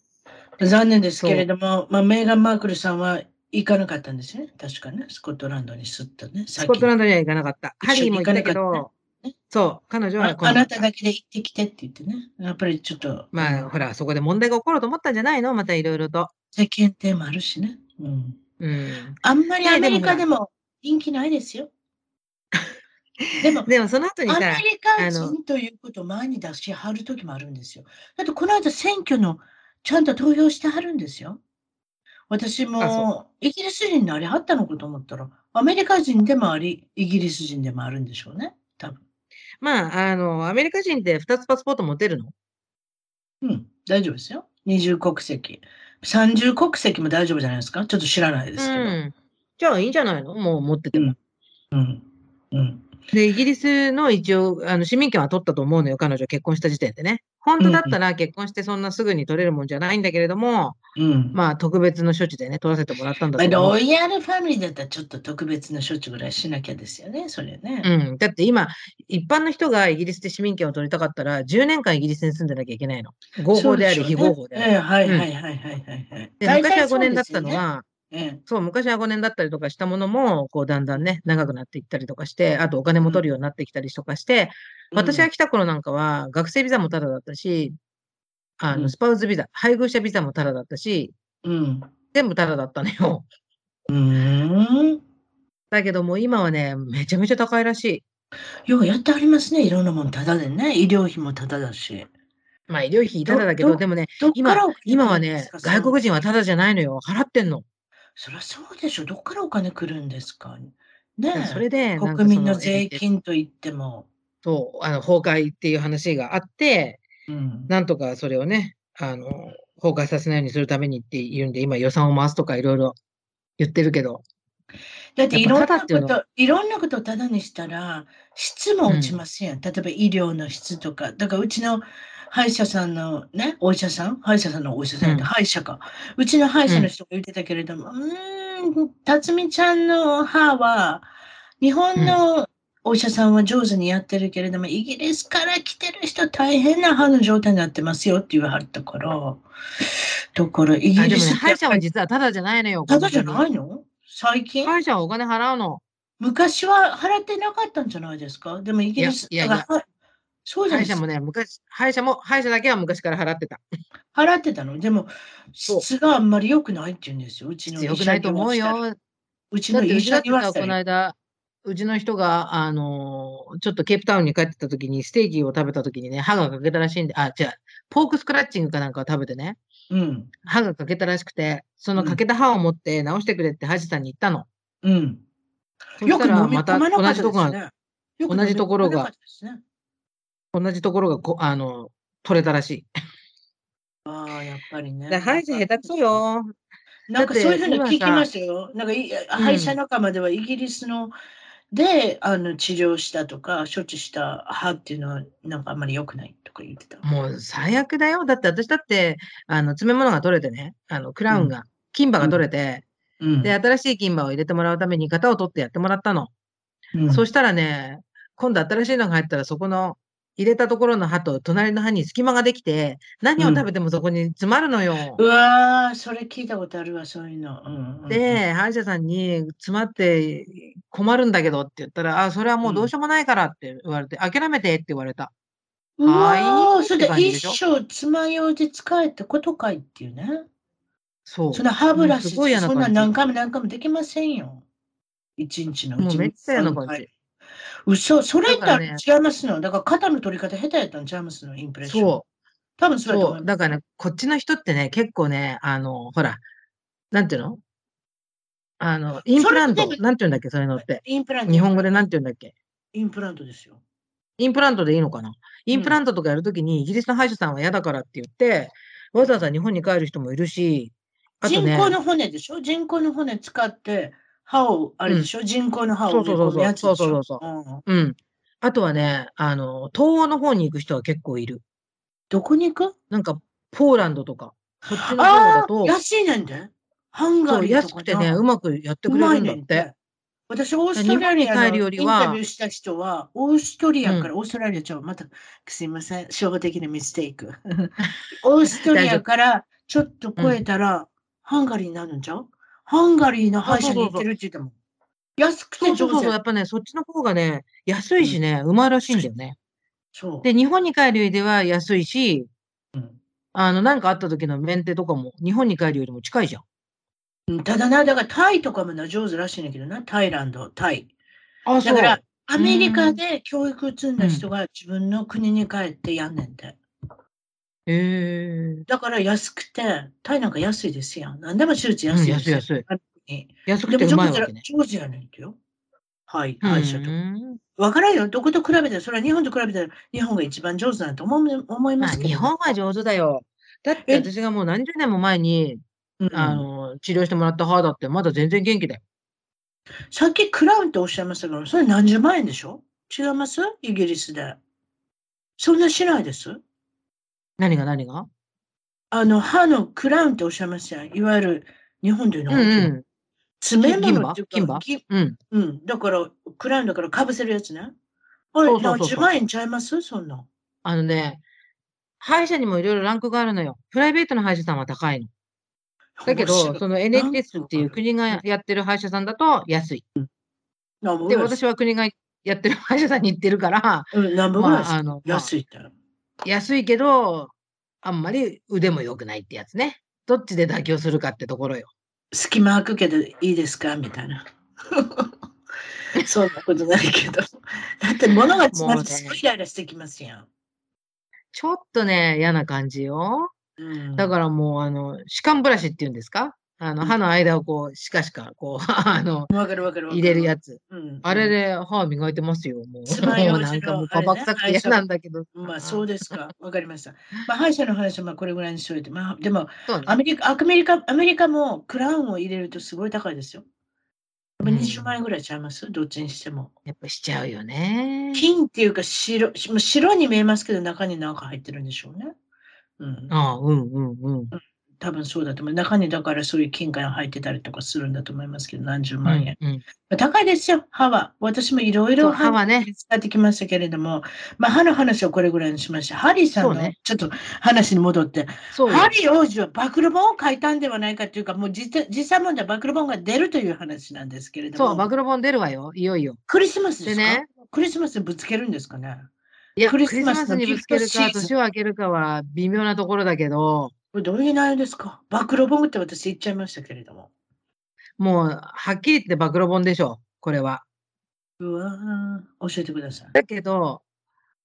A: 残念ですけれども、まあ、メーガン・マークルさんは行かなかったんですよね。確かね、スコットランドにすったね。
B: スコットラ
A: ン
B: ンドには行かなかった。ハ
A: 一
B: リ
A: 緒に
B: ーも
A: 行
B: 行
A: かなか
B: ったけ
A: ったね
B: ど、そう、彼女は
A: あ
B: 来
A: あ
B: なか
A: な
B: った
A: ただけで行ってきてって言ってね。やっぱりちょっと、
B: まあ、ほら、そこで問題が起こると思ったんじゃないのまたいろいろと。
A: 世間体もあるしね。うん。
B: うん。
A: あんまり
B: いや
A: ア
B: でも
A: メリカでも人気ないですよ。でも、
B: でもその後に
A: ア
B: さ
A: メ、リカ
B: あ
A: 人ということを前に出しはる時もあるんですよ。だってこの間選挙のちゃんと投票してはるんですよ。私
B: あ
A: もイギリス人にあれはったのかと思ったら、アメリカ人でもあり、イギリス人でもあるんでしょうね。多分。
B: まあ、あの、アメリカ人って2つパスポート持てるの
A: うん、大丈夫ですよ。二重国籍。三重国籍も大丈夫じゃないですかちょっと知らないですけど。
B: うん、じゃあいいんじゃないのもう持ってても。
A: うん。
B: で、イギリスの一応、あの市民権は取ったと思うのよ、彼女結婚した時点でね。本当だったら結婚してそんなすぐに取れるもんじゃないんだけれども、
A: うん。ま
B: まあ特別の処置でね、取らせてもらったんだ
A: あ、
B: と思う
A: ロ。イヤルファミリーだったらちょっと特別な処置ぐらいしなきゃですよね、それね。
B: うん、だって今、一般の人がイギリスで市民権を取りたかったら、10年間イギリスに住んでなきゃいけないの。合法であり、非合法であり。
A: ええはいはいはいはいはいはい。
B: で
A: 大
B: 昔
A: 体
B: は5
A: そう
B: 年
A: で
B: だっ
A: すよ
B: た
A: ね
B: のが、
A: え
B: そう、昔は5年だったりとかしたものも、こう、だんだんね、長くなっていったりとかして、あとお金も取るようになってきたりとかして、
A: え
B: 私
A: う
B: が
A: ん
B: 来た頃なんかは、学生ビザもタダだったし、あ
A: う
B: の
A: ん
B: スパウズビザ、配偶者ビザもタダだったし、
A: うん。
B: 全部タダだったのよ。
A: うーん。
B: だけどもう今はね、めちゃめちゃ高いらしい。
A: ようやってありますね、いろんなもんタダでね、医療費もタダだし。
B: まあ医療費タダだけど、
A: ど
B: でもね、
A: どっからお金
B: 今は
A: 来るんで
B: ね
A: すか、
B: 外国人はタダじゃないのよ。払ってんの。
A: そりゃそうでしょ、どっからお金来るんですか。
B: だから
A: ね
B: それで、
A: え、
B: なんか
A: 国民の
B: そ
A: 税
B: え
A: 金といっても。
B: そう、あの、崩壊っていう話があって、
A: うん
B: なんとかそれをね、あの、崩壊させないようにするためにっていうんで、今予算を回すとかいろいろ言ってるけど、
A: だってい
B: や
A: ろ
B: っ
A: ん
B: ぱ
A: なこ
B: タダっていうの
A: と、いろんなことをタダにしたら、質も落ちますやん。例えば医療の質とか。だからうちの歯医者さんのね、お医者さん歯医者さんのお医者さんやった
B: うん
A: 歯医者か。うちの歯医者の人が言ってたけれども、うーん、辰巳ちゃんの歯は、日本のお医者さんは上手にやってるけれども、イギリスから来てる人大変な歯の状態になってますよって言わはったから、だからイ
B: あ
A: ギ
B: で
A: リ
B: もね、
A: ス
B: 歯医者は
A: は
B: 実はタダじゃないのよ。
A: タダじゃ
B: 本
A: ないの最
B: 当に
A: 近
B: 歯医者はお金払うの。
A: 昔は払ってなかったんじゃないですかでもイギリス
B: いやいやいや
A: あはそうじゃ
B: 歯
A: ない
B: 医
A: です
B: 者も
A: か。
B: ね、昔、歯医者も、歯医者だけは昔から払ってた。
A: 払ってたのでも
B: そう
A: 質があんまり良くないって言うんですよ。うちの
B: 強
A: 医
B: く
A: 者
B: ない
A: に
B: と
A: 言
B: 思
A: わ
B: う
A: せ
B: よ
A: たら。。うち
B: だっ
A: の
B: て、
A: 医
B: うち
A: 者
B: だっ
A: に
B: て
A: 言わせ
B: さ、
A: た
B: この
A: ら。
B: 間、うちの人が、あのーちょっとケープタウンに帰ってた時に、ステーキを食べた時にね、歯が欠けたらしいんで、あ、違う、ポークスクラッチングかなんかを食べてね、
A: うん。
B: 歯が欠けたらしくて、その
A: うん
B: 欠けた歯を持って直してくれって歯医者さんに言ったの。
A: うん。
B: そ
A: よ
B: し
A: く
B: た
A: 飲
B: ら、
A: み
B: また
A: 込まなか
B: 同
A: っ
B: じ
A: た
B: と
A: で
B: こ
A: す
B: が、
A: ね。よく
B: 同じところ
A: 飲
B: が
A: み込まなかったですね。
B: 同じところがこ、あの取れたらしい。
A: ああ、やっぱりね。
B: だから歯医者下手くそ。よ。
A: なんかそういうふうに
B: だって
A: 聞きますよ。なんかい歯医者仲間ではイギリスのであの治療したとか処置した歯っていうのはなんかあんまり良くないとか言ってた。
B: もう最悪だよ。だって私だって、あの、詰め物が取れてね、あの、クラウンが、金歯が取れて、
A: うん
B: で、新しい銀歯を入れてもらうために型を取ってやってもらったの。
A: うん
B: そしたらね、今度新しいのが入ったら、そこの入れたところの歯と隣の歯に隙間ができて、何を食べてもそこに詰まるのよ。
A: うわー、それ聞いたことあるわ、そういうの。うんうんうん、
B: で、歯医者さんに詰まって困るんだけどって言ったら、あ、それはもうどうしようもないからって言われて、諦めてって言われた。
A: うわー
B: はい
A: それ
B: って感
A: で
B: じでし
A: 一
B: ょ
A: 生爪楊枝使えってことかいっていうね。
B: そう。
A: その歯ブラ
B: う
A: シ、
B: んすごい嫌な
A: そんな
B: 感じ
A: 何回も何回もできませんよ。一日のうち
B: もうめっちゃ嫌な感じ
A: 三回。嘘、それ
B: だから
A: だ
B: ね
A: 違いますの。だから肩の取り方下手やったんちゃいますの、インプレッション。
B: そう。
A: 多分そうやと
B: そ。
A: 思いうま
B: だ
A: す
B: からね、こっちの人ってね、結構ね、あの、ほら、なんていうのあの、インプラント
A: それって、
B: なんていうんだっけ、そういうのって。
A: インプラント。
B: 日本語でなんていうんだっけ。
A: インプラントですよ。
B: インプラントでいいのかなインプラントとかやるときに、イギリスの歯医者さんは嫌だからって言って、わざわざ日本に帰る人もいるし、あと
A: 人
B: ね、
A: 工の骨でしょ人工の骨使って歯を、あれでしょ、人工の歯を植え込むやつでしょ。
B: そうそうそうそうそう
A: うん
B: うん。あとはね、あの、東欧の方に行く人は結構いる。
A: どこに行く
B: なんか、ポーランドとか、こっちの方
A: あ
B: だ
A: あー、
B: と、
A: 安いねんで。ハンガ
B: そ
A: リ
B: う、
A: ーと
B: 安
A: か
B: くてね、うまくやって
A: う
B: くれ
A: ま
B: る
A: い
B: んだ
A: ね
B: っ
A: ん
B: て
A: て。。私、オーストラリアの
B: 日本に帰るよりは
A: インタビューした人は、オーストリアから、オーストラリア、ちょ、また、すいません、初歩的なミステイ ク。オーストリアから、ちょっと超えたら、ハンガリーになるんちゃうハンガリーの歯医者に行ってるって言っても。安く
B: そ
A: て
B: うそ
A: 上
B: う
A: 手
B: そうそう、や
A: や。
B: っぱね、そっちの方がね、安いしね、うまいらしいんだよね。
A: そう。
B: で、日本に帰るよりでは安いし、
A: うん
B: あの、なんかあった時のメンテとかも、日本に帰るよりも近いじゃん。
A: うんただな、だからタイとかもな上手らしいねんだけどな、タイランド、タイ。
B: あ、
A: だから、ア
B: ん
A: メリカで教育積んだ人が自分の国に帰ってやんねんて。
B: へえ
A: だから安くて、タイなんか安いですやん。何でも手術
B: うん
A: 安い
B: 安い
A: い。
B: 安い。
A: い
B: 安
A: で
B: くて
A: も
B: うまい
A: 上手
B: わ
A: ら
B: けね。
A: 上手やねんてよ。はい、
B: う
A: 歯医者とか。
B: ん
A: わからんよ。どこと比べたら、それは日本と比べたら日本が一番上手なんて思う思いま
B: まあ、
A: すけど。
B: 日本は上手だよ。だって
A: え
B: 私がもう何十年も前に、
A: うん
B: あの、治療してもらった歯だって、まだ全然元気だよ。
A: さっきクラウンっておっしゃいましたけど、それ何十万円でしょ違いますイギリスで。そんなしないです。
B: 何が何が
A: あの、歯のクラウンっておっしゃいますやん。いわゆる日本でいう
B: う
A: の
B: んう
A: 爪物っていうか
B: 銀歯
A: ぎ
B: ん。うん。
A: うん。だから、クラウンだからかぶせるやつね。あ
B: そ
A: れ、
B: うそうそうそう
A: 何十万円ちゃいますそんなん。
B: あのね、歯医者にもいろいろランクがあるのよ。プライベートの歯医者さんは高いの。だけ
A: 面白
B: ど、
A: い
B: その
A: ランク
B: NHS ってい
A: がある
B: う国がやってる歯医者さんだと安い。
A: 何本ぐ
B: で、
A: らい
B: 私は国がやってる歯医者さんに行ってるから、
A: うん、何本ぐらい
B: ま
A: で
B: あ、あの、まあ
A: 安いって。
B: 安いけど、あんまり腕も良くないってやつね。どっちで妥協するかってところよ。
A: 隙間開くけどいいですかみたいな。 そんなことないけど。だって物が詰まると
B: もうね
A: すごいイライラしてきますやん。
B: ちょっとね、嫌な感じよ。
A: うん
B: だからもう、あの、歯間ブラシっていうんですかあの、
A: うん
B: 歯の間をこう、シカシカ、こう、 あの、
A: わかるわかるわか
B: 入れるやつ。
A: うん
B: あれで歯磨いてますよ、もう。
A: 爪楊枝の
B: もうなんかもう
A: あ
B: パ
A: れね
B: パ臭くて嫌なんだけど。
A: まあそうですか。わかりました。まあ歯医者の話はまあこれぐらいにしといて。まあでも
B: そうね
A: アメリカ、アメリカ、アメリカもクラウンを入れるとすごい高いですよ。やっぱ20万円ぐらいちゃいますどっちにしても。
B: やっぱしちゃうよね。
A: 金っていうか白、しもう白に見えますけど中に何か入ってるんでしょうね。うん。
B: ああ、うんうんうん。
A: 多分そうだと思う。中にだからそういう金貨が入ってたりとかするんだと思いますけど、何十
B: う
A: 万円。
B: んうん、
A: まあ高いですよ、歯は。私もいろいろ
B: 歯はね、
A: 使ってきましたけれども、まあ、歯の話はこれぐらいにしました。ハリーさん
B: そう
A: の
B: ね
A: ちょっと話に戻って、
B: そうよ
A: ハリー王子は暴露本を書いたんではないかというか、もう実実際問題、暴露本が出るという話なんですけれ
B: そ
A: ど
B: う、暴
A: も、
B: 露本出るわよ、いよいよ。
A: クリスマスで
B: です
A: か
B: ね、
A: クリスマスにぶつけるんですかね
B: いや、
A: ク
B: ク
A: リ
B: リ
A: ス
B: ス
A: マ
B: マ
A: ス
B: ス
A: の
B: にぶつけ
A: ギ
B: る
A: フトシー
B: か、
A: ズン
B: 年を明けるかは微妙なところだけど、
A: これどういう内容ですか暴露本って私言っちゃいましたけれども。
B: もう、はっきり言って暴露本でしょ、これは。
A: うわー教えてください。
B: だけど、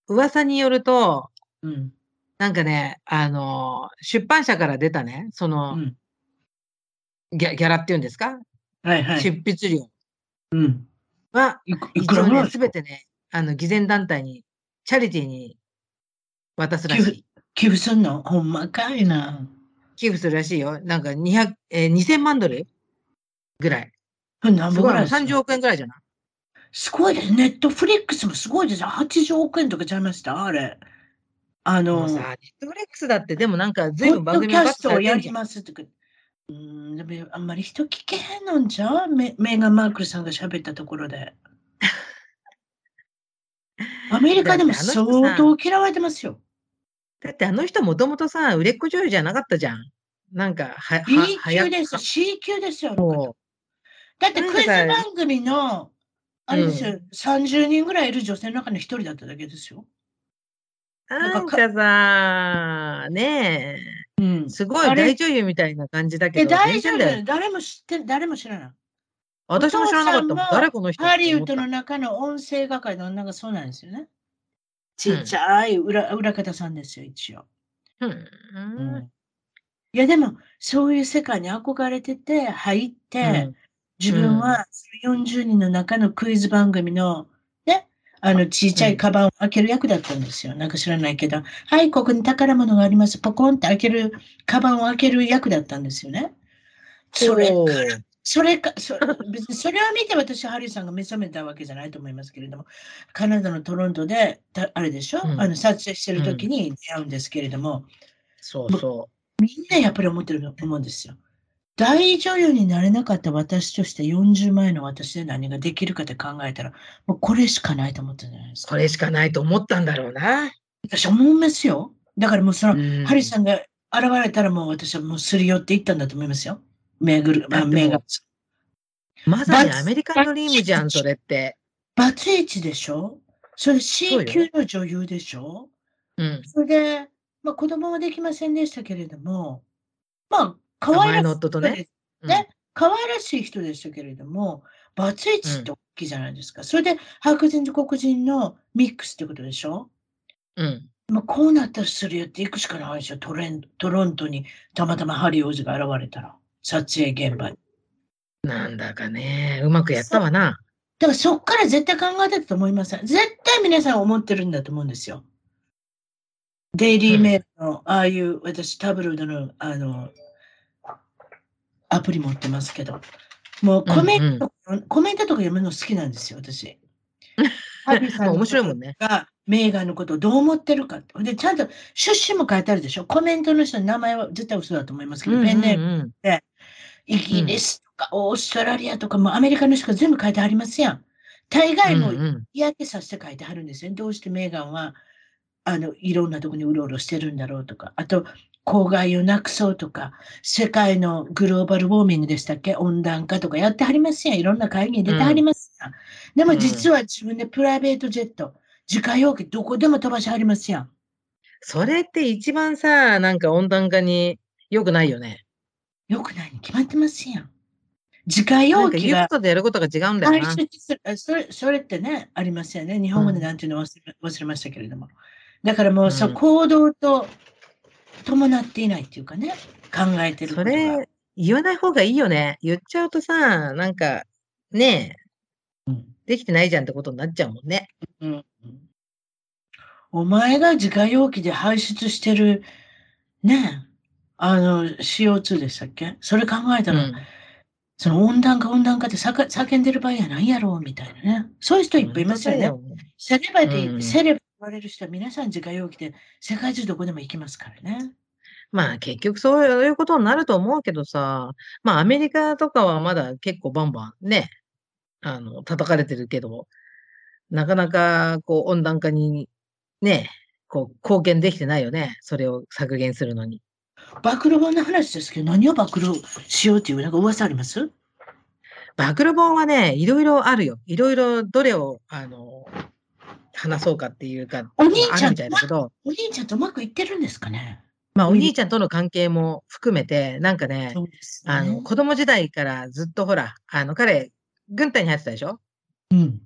B: 噂によると、
A: うん。
B: なんかね、あの、出版社から出たね、そうの、
A: ん。
B: ギャギャラっていうんですか、
A: はいはい。
B: 執筆料
A: うん。
B: は、
A: いくい
B: 一
A: くら
B: 応
A: ぐらい
B: ね、
A: ですす
B: べ
A: か
B: てね、あの、偽善団体に、チャリティーに渡すら
A: 寄
B: し
A: 付
B: い。
A: 寄付すんのほんまかいな。
B: 寄付するらしいよ。なんか200、えー、2000万ドルぐらい。
A: これ何
B: す
A: 本
B: ご
A: ぐ
B: いな、
A: らいです
B: 30
A: か
B: 億円ぐらいじゃない
A: すごいです。ネットフリックスもすごいですよ。80億円とかちゃいましたあれ。あ
B: も
A: の、
B: うさ、ネットフレックスだって、でもなんか
A: ポ
B: 随分
A: ッ
B: 番
A: ド
B: 組
A: キ
B: が
A: ャ
B: バッ
A: ス
B: と
A: ト
B: さ
A: を
B: れて
A: や
B: んじ
A: り
B: ゃん。
A: ますとか。うん、でもあんまり人聞けへんのんじゃうメメーガン・マークルさんが喋ったところ で。アメリカでも
B: だってあの人さ
A: 相当嫌われてますよ。
B: だってあの人もともとさ、売れっ子女優じゃなかったじゃん。なんか、は、は
A: B
B: や
A: 級ですよ、C 級ですよ。あの方
B: そう
A: だって
B: なん
A: ク
B: か
A: イズ
B: さ
A: 番組の、あれですよ、30人ぐらいいる女性の中の一人だっただけですよ。
B: な
A: なんん
B: か
A: か
B: さ、ね
A: うん
B: え、すごい
A: あれ
B: 大女優みたいな感じだけ
A: で、
B: ど。
A: 大丈
B: 全
A: 夫
B: 然
A: だ
B: だよ
A: よ。誰も知って、誰も知らない。
B: 私も知らなかった
A: お
B: もん
A: 父。さんも
B: 誰この人
A: ハリウッド
B: っ
A: の
B: て
A: 中の音声画界の女がそうなんですよね。ちっちゃい裏,、裏方さんですよ、一応、
B: 思ったうんうん
A: いや、でも、そういう世界に憧れてて、入って、自分はその40人の中のクイズ番組の、ね、あの、ちっちゃいカバンを開ける役だったんですよ。なんか知らないけど、はい、ここに宝物があります。ポコンって開ける、カバンを開ける役だったんですよね。それ
B: おー
A: それか、そ 別にそれを見て私、ハリーさんが目覚めたわけじゃないと思いますけれども、カナダのトロントで、たあれでしょ、
B: うん
A: あの撮影してる時に出会うんですけれども、
B: そうそ
A: みんなやっぱり思ってると思うんですよ。大女優になれなかった私として40前の私で何ができるかって考えたら、もうこれしかないと思ったんじゃないですか。
B: う。これしかないと思ったんだろうな。
A: 私思うんですよ。だからもうその、
B: うん
A: ハリーさんが現れたらもう私はもうすり寄っていったんだと思いますよ。めぐる、
B: だっ
A: まあ、
B: てもう
A: めが。
B: まさに
A: バツ
B: アメリカンドリームじゃん、それって。
A: バツイチでしょそれ
B: そう
A: C
B: よ
A: 級の女優でしょ
B: うん。
A: それで、まあ、子供はできませんでしたけれども、まあ、可
B: 名
A: 愛ら
B: 前の
A: しい
B: 夫と
A: 人
B: ね
A: で。ね可愛らしい人でしたけれども、バツイチって大きいじゃないですか。それで白人と黒人のミックスってことでしょ
B: うん。うん。
A: まあ、こうなったらするよって行くしかないでしょトレントロントにたまたまハリー王子が現れたら、撮影現場に。
B: なんだかね、うまくやったわな。
A: だからそこから絶対考えてたと思いません。絶対皆さん思ってるんだと思うんですよ。デイリーメールの、ああいう、私タブロイドの、あの、アプリ持ってますけど、もうコメント、コメントとか読むの好きなんですよ、 私。ハリーさん
B: まあ
A: の
B: 面
A: こ
B: 白い
A: と
B: もんね。
A: が、メーガンのことをどう思ってるかって。で、ちゃんと、出身も書いてあるでしょ。コメントの人の名前は絶対嘘だと思いますけど、ペンネーム
B: うんうんうん
A: イギリスとかオーストラリアとかもうアメリカの人が全部書いてありますやん。大概も
B: うん
A: う
B: うん
A: 嫌気させて書いてあるんですよね。どうしてメーガンはあのいろんなとこにうろうろしてるんだろうとか。あと、公害をなくそうとか、世界のグローバルウォーミングでしたっけ温暖化とかやってはりますやん。いろんな会議に出てはりますやん。で
B: うん
A: も実は自分でプライベートジェット、自家用機どこでも飛ばしはりますやん。
B: それって一番さ、なんか温暖化に良くないよね。
A: よくないに決まってますやん。自家
B: な
A: 用
B: んか
A: 機
B: 言う
A: が
B: ことでやることが違うんだよ
A: 排
B: な。
A: 出するあそれそれってね、ありますよね。日本語
B: う
A: で
B: ん
A: なんていうの忘れ,、忘れましたけれども。だからもう、そう
B: うん
A: 行動と伴っていないっていうかね、考えてるこ
B: そ
A: とが。
B: れ、言わない方がいいよね。言っちゃうとさ、なんか、ね
A: うん
B: え、できてないじゃんってことになっちゃうもんね。
A: うんお前が自家用機で排出してる、ね、あの、CO2 でしたっけそれ考えた
B: う
A: ら、
B: ん。
A: その温暖化温暖化ってさか叫んでる場合やないやろ、みたいなね。そういう人いっぱいいますよね。
B: 本当だ。
A: セレバディ、
B: うん
A: セレブと言われる人は皆さん自家用機で世界中どこでも行きますからね。
B: まあ結局そういうことになると思うけどさ、まあアメリカとかはまだ結構バンバンね、あの、叩かれてるけど、なかなかこう温暖化にね、こう貢献できてないよね。それを削減するのに。
A: 暴露本の話ですけど、何を暴露しようっていう、なんか噂あります
B: 暴露本はね、いろいろあるよ。いろいろどれを、あの、話そうかっていうか、
A: お兄ちゃん
B: あるみたいだけど、
A: お兄ちゃんとうまくいってるんですかね
B: まあお兄ちゃんとの関係も含めて、なんかね、
A: うです
B: あの、子供時代からずっとほら、あの、彼、軍隊に入ってたでしょ
A: うん。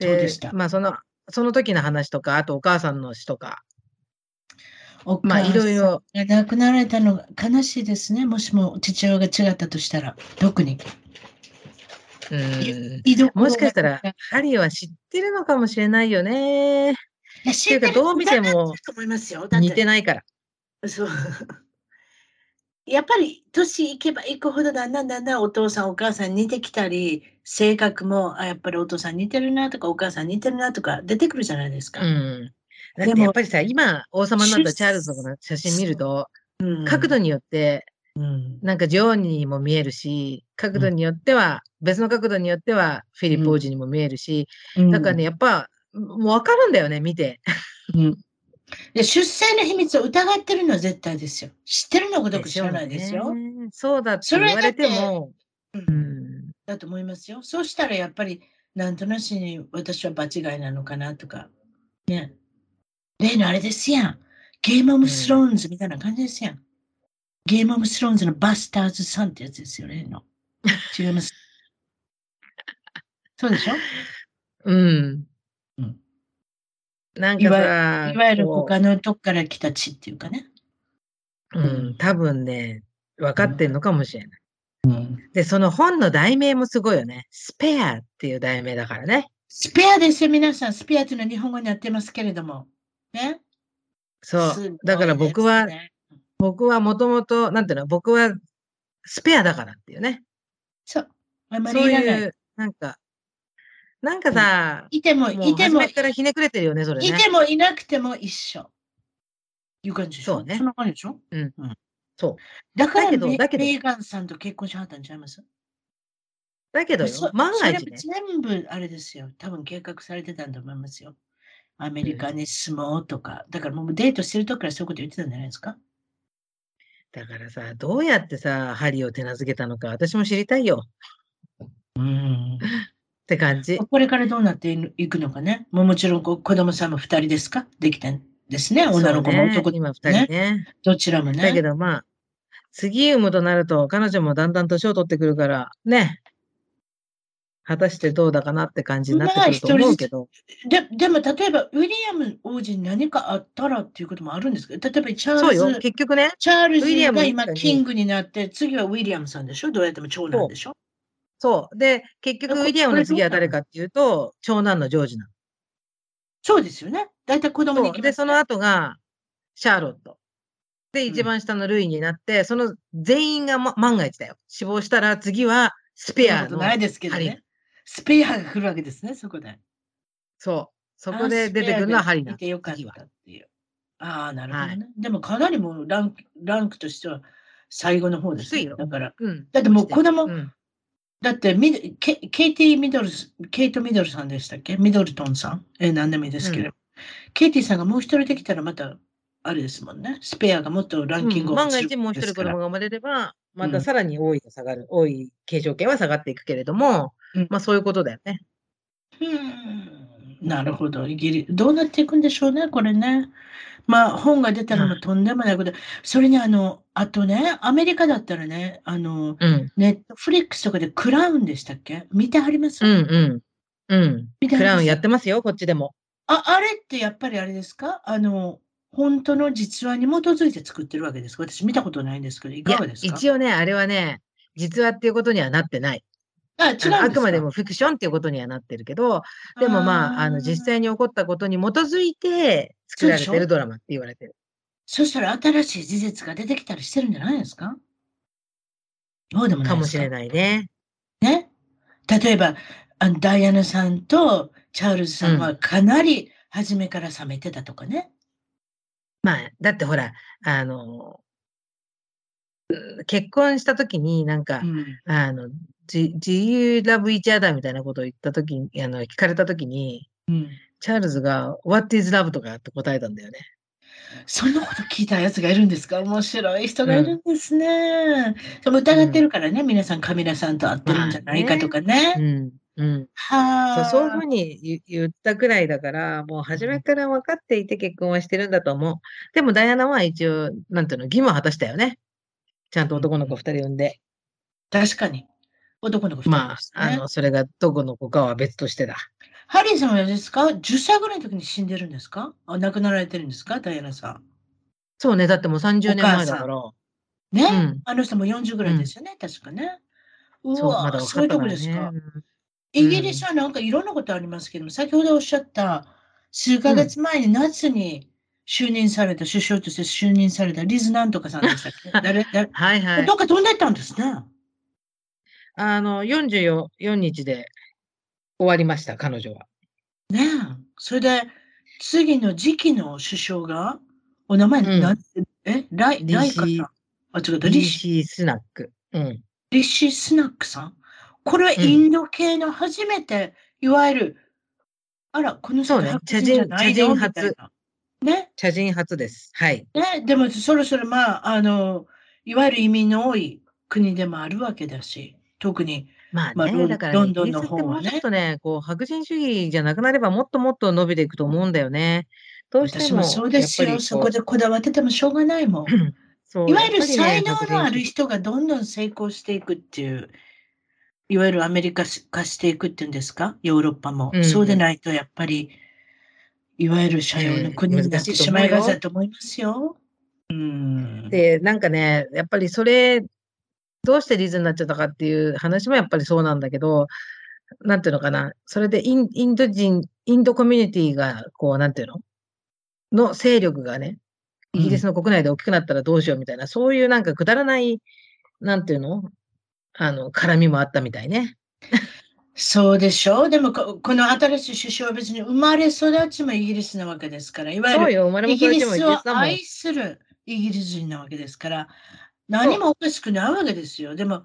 A: そう
B: で
A: でした
B: まあ、その、その時の話とか、あとお母さんの死とか、
A: お
B: まあ、いろいろ、
A: 母さんが亡くなられたのが悲しいですね。もしも父親が違ったとしたら、特に。
B: うーん、
A: 居所が
B: もしかしたら
A: い、
B: ハリーは知ってるのかもしれないよね。
A: や知
B: っていうかどう見ても
A: 疑ってると思いますよ。だって
B: 似てないから。
A: そう。やっぱり年いけばいくほどだんだんだんだんお父さんお母さん似てきたり性格もあやっぱりお父さん似てるなとかお母さん似てるなとか出てくるじゃないですか。
B: うん。だっ
A: で
B: て
A: も
B: やっぱりさ、今、王様になった
A: 出
B: チャールズとかの写真見ると、
A: うん
B: 角度によって
A: うん
B: なんか女王にも見えるし、角度によっては、別の角度によっては、フィリップ王子にも見えるし、だからね、やっぱ、もう分かるんだよね、見て。
A: うんで出生の秘密を疑ってるのは絶対ですよ。知ってるのごとく知らないですよ。
B: ねそうだって言われても、
A: うん
B: うん
A: だと思いますよ。そうしたらやっぱり、なんとなしに私は場違いなのかなとか。ね。例のあれですやん。ゲームオブスローンズみたいな感じですやん。ゲームオブスローンズのバスターズさんってやつですよ、例の。違います。そう でしょ
B: うん。
A: うん
B: なん
A: い
B: か
A: わ
B: さ、
A: いわゆる
B: こう
A: 他のとこから来た地っていうかね。
B: うん、多分ね、分かってんのかもしれない。
A: うん
B: で、その本の題名もすごいよね。スペアっていう題名だからね。
A: スペアですよ、皆さん。スペアというのは日本語になってますけれども。ね。
B: そ
A: すごいね
B: う。だから僕は、
A: ね
B: 僕はもともと、なんていうの、僕はスペアだからっていうね。
A: そう。あまり
B: そう
A: いらない。
B: いう、なんか、なんかさ、
A: いても、
B: もう
A: いて
B: 初
A: も、
B: めからひねくれてるよね、それ
A: い
B: ね。
A: てもいなくても一緒。いう感じでしょ
B: そうね
A: んな感じでしょ
B: うん
A: うん。
B: そう。
A: だから
B: だけど
A: メ
B: だけど
A: メーガンさんと結婚しはったんちゃいます
B: だけどよ
A: そ、
B: 万が一
A: それ
B: ね
A: も。全部あれですよ。多分計画されてたんだと思いますよ。アメリカに住もうとか。だからもうデートしてる時からそういうこと言ってたんじゃないですか
B: だからさ、どうやってさ、針を手なずけたのか、私も知りたいよ
A: うん。
B: って感じ。
A: これからどうなっていくのかね。もうもちろんこ子供さんも2人ですかできたんですね。女の子も
B: そうね
A: 男の子
B: 今
A: も
B: 二人ね
A: どちらもね。
B: だけどまあ、次産むとなると、彼女もだんだん年を取ってくるから、ね。果たしてどうだかなって感じになってくると思うけど。
A: ででも例えばウィリアム王子に何かあったらっていうこともあるんですけど、例えばチャー
B: そうよ。
A: ルズ
B: 結局ね。
A: チャール
B: ウィリ
A: ズ
B: アム
A: が
B: 一
A: 今
B: 家に
A: キングになって、次はウィリアムさんでしょどうやっても長男でしょ
B: そう。で、結
A: え
B: 局、
A: こ
B: ウィリアム
A: これどう
B: の次は
A: なの
B: 誰かっていうと、長男のジョージな
A: そうですよね。大体子供
B: の。
A: に行
B: そう
A: きま
B: ですその後が、シャーロット。で、一番下のルイになって、その全員が、ま、万が一だよ。死亡したら、次は、ス
A: そん
B: ペ
A: な
B: ア
A: こと
B: の。
A: ないですけど
B: ハリ
A: ね。スペアが来るわけですね、そこで。
B: そう。そこで出てくるのはハリーな
A: 見
B: の。
A: てよかっ
B: 次は
A: たっていう。ああ、なるほどね。でもかなりもうランクランクとしては最後の方です、
B: 低い
A: ね。
B: よ
A: だから、
B: うん。
A: だってもう子供
B: うん
A: だってミドケ、ケイティ・ミドルス、ケイト・ミドルさんでしたっけミドルトンさんえー、何でもいいですけれど、ケイティさんがもう一人できたらまた、あれですもんね。スペアがもっとランキング
B: うん
A: を
B: 万
A: 落
B: が
A: ち
B: 一
A: る
B: も
A: わ
B: う
A: け
B: 一
A: で
B: 人
A: す
B: 子
A: か
B: 供
A: ら。
B: が生まれれば、ま
A: う
B: た
A: ん
B: さらに多いが下がる、多い形状圏は下がっていくけれども、
A: うん
B: まあそういうことだよね。
A: うんなるほど。イギリどうなっていくんでしょうね、これね。まあ、本が出たらもうとんでもないこと。それに、あの、あとね、アメリカだったらね、あの、
B: うん。
A: ネットフリックスとかでクラウンでしたっけ見てはります、
B: うんうん。うん。
A: 見てはります
B: クラウンやってますよ、こっちでも。
A: あ、あれってやっぱりあれですかあの、本当の実話に基づいて作ってるわけですか私見たことないんですけど、い
B: い
A: か
B: や
A: がですか
B: 一応ね、あれはね、実話っていうことにはなってない。
A: あ、違うん
B: あのあ
A: です
B: くまで
A: か
B: もフィクションっていうことにはなってるけど、でもまあ、あの、実際に起こったことに基づいて作られ
A: そうでしょ
B: てるドラマって言われてる。
A: そしたら新しい事実が出てきたりしてるんじゃないですかそうでもない
B: かも
A: です
B: しれないね。
A: ね。例えば、あのダイアナさんとチャールズさんはかなり初めから冷めてたとかね。
B: まあ、だってほら、あの、うん結婚した時になんか、
A: うん
B: あの、じ Do you love each other? みたいなことを言ったときに、あの、聞かれたときに、
A: うん
B: チャールズが What is love? とかって答えたんだよね。
A: そんなこと聞いたやつがいるんですか面白い人がいるんですね。でも疑ってるからね、皆さん、カミラさんと会ってるんじゃないかとかね。
B: うん。うん。
A: は
B: そう
A: あ。
B: そういうふうに言言ったくらいだから、もう初めから分かっていて結婚はしてるんだと思う。でもダイアナは一応、なんていうの、義務を果たしたよね。ちゃんと男の子二人産んで。
A: 確かに。男の子二人
B: ま
A: です
B: あ、あ
A: ね。
B: の、それがどこの子かは別としてだ。
A: ハリーさんはあれですか ?10 歳ぐらいの時に死んでるんですかあ亡くなられてるんですかダイアナさ
B: そうね、だってもう30年
A: お母
B: 前
A: さん
B: だから。
A: ん。ね、
B: うん
A: あの人も40ぐらいですよね、確かね。うわ
B: そう、まだ分
A: そ
B: か
A: うい
B: っ
A: うとこ
B: たから
A: ですか
B: ね。。
A: イギリスはなんかいろんなことありますけども、先ほどおっしゃった数ヶ月前に夏に就任された、首相として就任されたリズなんとかさんでしたっけ誰誰
B: はいはい
A: ど。っか飛んでったんですね。
B: あの、44日で終わりました、彼女は。
A: ねえそれで、次の次期の首相が、お名前、
B: うん
A: なんえ、ライ、
B: リ
A: ライカさ
B: シ
A: ん。あ、ちょっとリッシー、
B: DC スナック。うん。
A: リッシースナックさんこれはインド系の初めて、いわゆる、あら、この人
B: そうね
A: 白人じゃないよ
B: 茶人茶人
A: み
B: 初
A: たいなね、
B: 茶人初です。はい。
A: ね、でもそろそろまあ、あの、いわゆる移民の多い国でもあるわけだし、特に、
B: まあ
A: まあ
B: ね、
A: ロン
B: だから、
A: ロ
B: ね、
A: ンドン
B: イギ
A: の
B: リスって
A: 方
B: も
A: は
B: う
A: ね
B: ちょっとね、こう、白人主義じゃなくなれば、もっともっと伸びていくと思うんだよね。どうしても、
A: 私もそうです
B: やっ
A: よ、
B: ぱり
A: そ
B: こ
A: こ
B: う
A: でこだわっててもしょうがないもん。
B: そう
A: いわゆる
B: やっぱりね
A: 才能のある
B: 白人主義
A: 人がどんどん成功していくっていう、いわゆるアメリカ化していくっていうんですか、ヨーロッパも。
B: うん
A: そうでないと、やっぱり、いわゆる社用の国になってしまいがちだと思いますよ。うん。
B: で、なんかね、やっぱりそれ、どうしてリーズになっちゃったかっていう話もやっぱりそうなんだけど、なんていうのかな、それでインインド人、インドコミュニティが、こう、なんていうのの勢力がね、イギリスの国内で大きくなったらどうしようみたいな、そういうなんかくだらない、なんていうのあの、絡みもあったみたいね。
A: そうでしょう。でもこ、この新しい首相は別に生まれ育ちもイギリスなわけですから、いわゆ
B: そう
A: る
B: よ、生まれも
A: イギ
B: 育
A: リ
B: ちもイ
A: ス
B: ギリ
A: を
B: スだもん。
A: 愛するイギリス人なわけですから、何もおかしくないわけですよ。でも、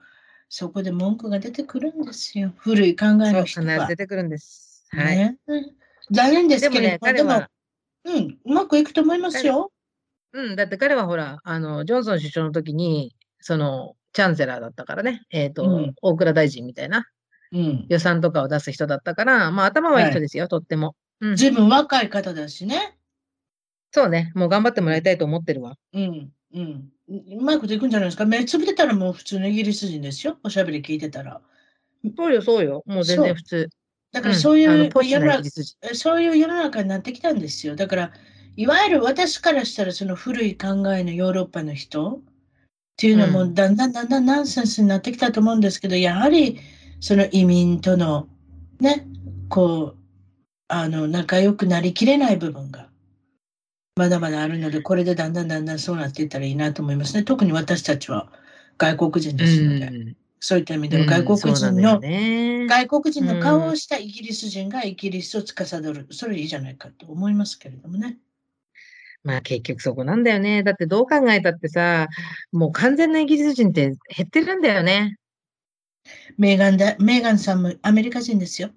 A: そこで文句が出てくるんですよ。古い考え
B: そう、
A: の人
B: 必ず
A: は
B: 出。てくるんです。はい。
A: ね、残念です
B: で
A: け
B: も
A: れど
B: ね、
A: も、
B: 彼
A: でも
B: は、、
A: うん、うまくいくと思いますよ。
B: うん、だって彼はほら、あの、ジョンソン首相の時に、その、チャンセラーだったからね、えっ、と、
A: うん
B: 大蔵大臣みたいな
A: うん。
B: 予算とかを出す人だったから、まあ頭はいい人ですよ、とっても。うん、
A: ずいぶん若い方だしね。
B: そうね、もう頑張ってもらいたいと思ってるわ。
A: うん、うん。うまいこといくんじゃないですか。目つぶってたらもう普通のイギリス人ですよ。おしゃべり聞いてたら。
B: そうよ、そうよ、もう全
A: そ
B: 然
A: う
B: 普通。
A: だ
B: だ
A: からそうい
B: あ
A: う、
B: のポッシュ
A: 世の
B: なイ
A: 中
B: ギリス人。
A: そういう世の中になってきたんですよ。だから、いわゆる私からしたらその古い考えのヨーロッパの人っていうのはも
B: うん
A: うだんだんだんだんナンセンスになってきたと思うんですけど、やはりその移民とのね、こう、あの、仲良くなりきれない部分がまだまだあるので、これでだんだんだんだんそうなっていったらいいなと思いますね。特に私たちは外国人ですので、
B: うん
A: そういった意味で
B: う
A: は
B: ん
A: 外国
B: そうな
A: 人
B: んだ
A: の、
B: よね
A: 外国人の顔をしたイギリス人がイギリスを司る、それいいじゃないかと思いますけれどもね。
B: まあ結局そこなんだよね。だってどう考えたってさ、もう完全なイギリス人って減ってるんだよね。
A: メーガンだメーガンさんもアメリカ人ですよ。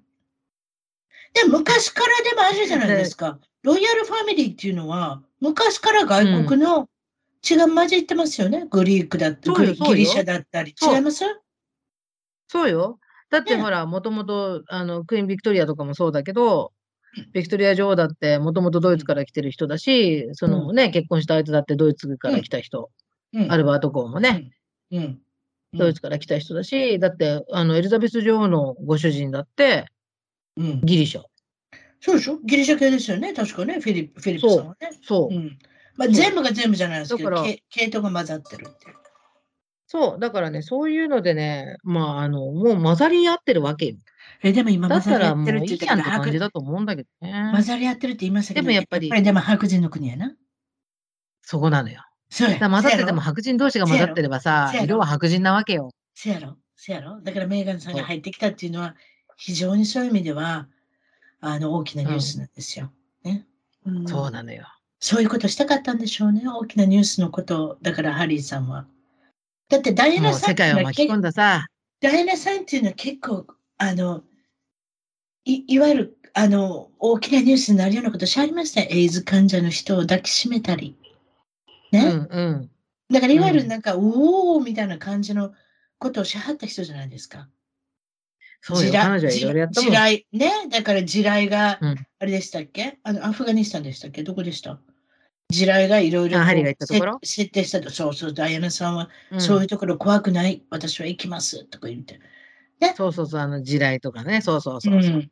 A: でも昔からでもあるじゃないですか。ロイヤルファミリーっていうのは、昔から外国の血が混じってますよね。グリークだって、
B: そう
A: グ
B: よ
A: リ
B: そうよ
A: ギリシャだったり。
B: そう
A: 違います
B: そうよ。だって
A: ね
B: ほら、もともと、あの、クイーン・ビクトリアとかもそうだけど、ビクトリア女王だって、もともとドイツから来てる人だし、そのね、結婚した相手だってドイツから来た
A: う
B: 人、
A: ん
B: アルバート公もね、
A: うん。うん
B: ドイツから来た人だし、だって、あの、エリザベス女王のご主人だって、
A: うん。
B: ギリシャ。
A: そうでしょギリシャ系ですよね。確かね。フィリップフィリップさんはね。
B: そうう。
A: ん。まあ
B: そう
A: 全部が全部じゃないですけ
B: だか
A: ど、
B: ら
A: 系系統が混ざってるっていう。
B: そう。だからね、そういうのでね、まあ、あの、もう混ざり合ってるわけよ。
A: え、でも今混
B: だっ
A: ざ
B: た
A: り
B: ら
A: 合っ
B: も
A: てるっ
B: う
A: て
B: い
A: 言っ
B: い
A: て
B: や
A: た
B: ん
A: け
B: って
A: ど、
B: 感じ
A: 白
B: だと思うんだけど
A: 混
B: ね。
A: ざり合ってるって言いましたけど、
B: でもやっぱり
A: でも白人の国やな。
B: そこなのよ。
A: そうや。
B: だから混ざってて
A: せやろ
B: も白人同士が混ざってればさ
A: せや、ろ
B: 色は白人なわけよ。
A: せやろせやろだからメーガンさんが入ってきたっていうのは、非常にそういう意味では、あの、大きなニュースなんですよ。ね。うん
B: そうなのよ。
A: そういうことしたかったんでしょうね。大きなニュースのことを。だからハリーさんは。だってダイアナ
B: もう
A: さん
B: 世
A: ってい
B: 界
A: う
B: を
A: のは
B: 巻き
A: 結
B: 込んださ、
A: ダイアナさんっていうのは結構、あの、いいわゆる、あの、大きなニュースになるようなことしありましたよエイズ患者の人を抱きしめたり。
B: う
A: ね。
B: んうん。
A: だからいわゆ
B: う
A: る
B: ん
A: なんか、おおみたいな感じのことをしはった人じゃないですか。
B: そうよ、
A: 地雷
B: 彼女はいろいろやったも
A: 地
B: ん。
A: 雷ね、だから地雷が
B: うん、
A: あれでしたっけ、あの、アフガニスタンでしたっけどこでした地雷がいろいろ
B: あ
A: こう
B: ハリーが行ったところ
A: せ設定したと、そうそう、ダイアナさんは、
B: うん
A: そういうところ怖くない、私は行きますとか言って。
B: そうそうそう、あの地雷とかね、そうそうそうう。
A: ん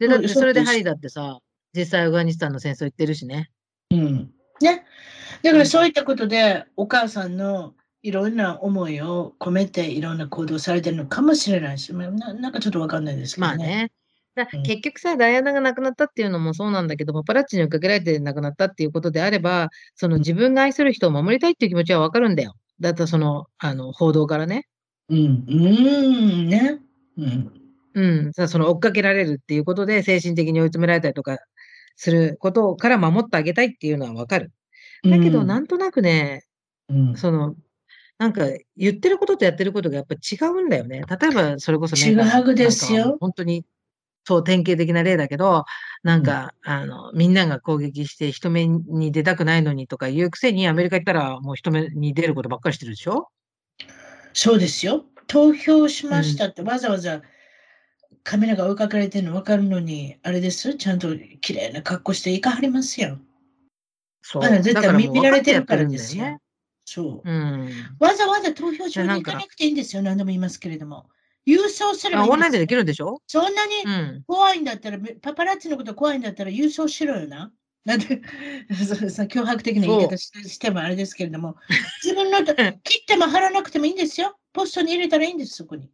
B: で、だって
A: そう
B: それで
A: そう
B: ハリーだってさ、実際アフガニスタンの戦争行ってるしね。
A: うんね。だからそういったことで、お母さんのいろんな思いを込めていろんな行動されてるのかもしれないし、まあななんかちょっとわかんないですけど
B: まあね。だ
A: うん
B: 結局さ、ダイアナが亡くなったっていうのもそうなんだけど、パパラッチに追っかけられて亡くなったっていうことであれば、その自分が愛する人を守りたいっていう気持ちはわかるんだよ。だったらその、あの、報道からね。
A: うん、うーん、ね。うん、
B: うん、さその追っかけられるっていうことで、精神的に追い詰められたりとかすることから守ってあげたいっていうのはわかる。だけど、なんとなくね、
A: うん、
B: その、なんか言ってることとやってることがやっぱ違うんだよね。例えば、それこそね、
A: 違うですよ
B: なんか本当に、そう、典型的な例だけど、なんか、あの、みんなが攻撃して人目に出たくないのにとか言うくせに、アメリカ行ったらもう人目に出ることばっかりしてるでしょ
A: そうですよ。投票しましたって、わざわざカメラが追いかけられてるの分かるのに、あれです、ちゃんと綺麗な格好して行かはりますよ。
B: そう。
A: あら絶対
B: だからもう
A: 見られてる
B: 分か
A: から
B: ってやってるん
A: で
B: だ
A: す
B: よね
A: よ。。そう。
B: うん。
A: わざわざ投票所
B: いや
A: に
B: な
A: 行
B: んか
A: かなくていいんですよ。何度も言いますけれども。郵送すれば
B: あ
A: いい
B: オン
A: ん
B: ライン
A: で
B: です
A: よ
B: できるんでしょ
A: そんなに
B: うん。
A: 怖いんだったら、めパパラッチのこと怖いんだったら郵送しろよな。なんで、 そうそう脅迫的な言い
B: そう
A: 方ししてもあれですけれども、自分 のと切っても貼らなくてもいいんですよ。ポストに入れたらいいんです、そこに。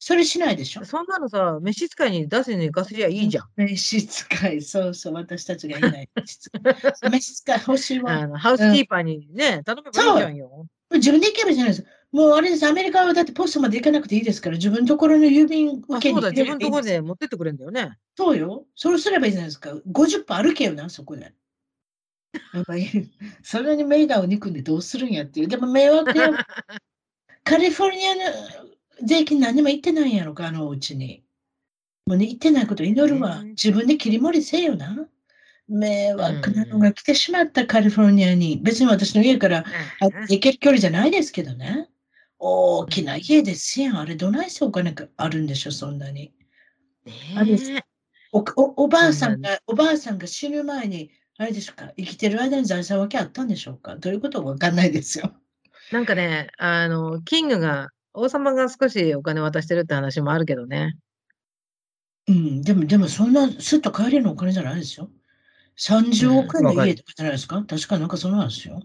A: それしないでしょ。
B: そんなのさ、召使いに出せに行かせりゃいいじゃん。
A: 召使い、そうそう、私たちがいない召使い。召使い欲しいわ
B: あ。のハウスキーパーにね、頼めばいいじゃんよ。
A: 自分で行けばいいじゃないですか。もうあれです、アメリカはだってポストまで行かなくていいですから、自分のところの郵便
B: あ
A: 受けに
B: そうだ、
A: 入れればい
B: 自分のと
A: いん
B: こ
A: で
B: ろ
A: す
B: で持ってってくれんだよね。
A: そうよ。そうすればいいじゃないですか。50分歩けよな、そこで。やっぱり それにメーガンを憎んでどうするんやっていう。でも迷惑 よ。カリフォルニアの税金何も行ってないんやろか、あのお家に。もうね、行ってないこと祈るわ。
B: ね
A: 自分で切り盛りせよな。迷惑なのが来てしまった、カリフォルニアに。別に私の家からあ行ける距離じゃないですけどね。大きな家ですやん。あれ、どないしてお金があるんでしょ、そんなに。あれです
B: ね
A: おおおばあさ
B: そうん
A: が、おばあさんが死ぬ前に、あれでしょうか、生きてる間に財産分けあったんでしょうか。どういうことか分かんないですよ。
B: なんかね、あの、キングが、王様が少しお金渡してるって話もあるけどね。
A: うん、でも、でも、そんな、すっと帰れるお金じゃないですよ。30億円の
B: うんわかる
A: 家とかじゃないですか。確かなんかそうなんですよ。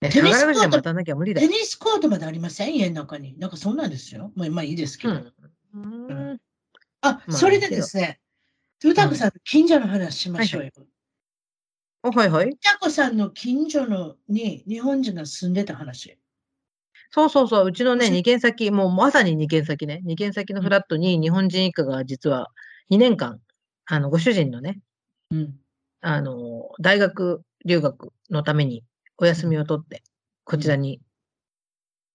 B: ね
A: テニス
B: 宝くじで
A: コート
B: も当たんなきゃ無理だ
A: テ
B: よ。
A: ニスコートまでありません家の中に。なんかそうなんですよ。まあ、まあいいですけ
B: う
A: ど。
B: ん。うん
A: あ、
B: まあ
A: それでですね、うたこさんの近所の話しましょうよ。
B: おはいはい。
A: うたこさんの近所のに日本人が住んでた話。
B: そうそうそう。うちのね、
A: そう
B: 2軒先、もうまさに2軒先ね。2軒先のフラットに日本人一家が実は2年間、あの、ご主人のね、
A: うん。
B: あの、大学留学のためにお休みを取って、こちらに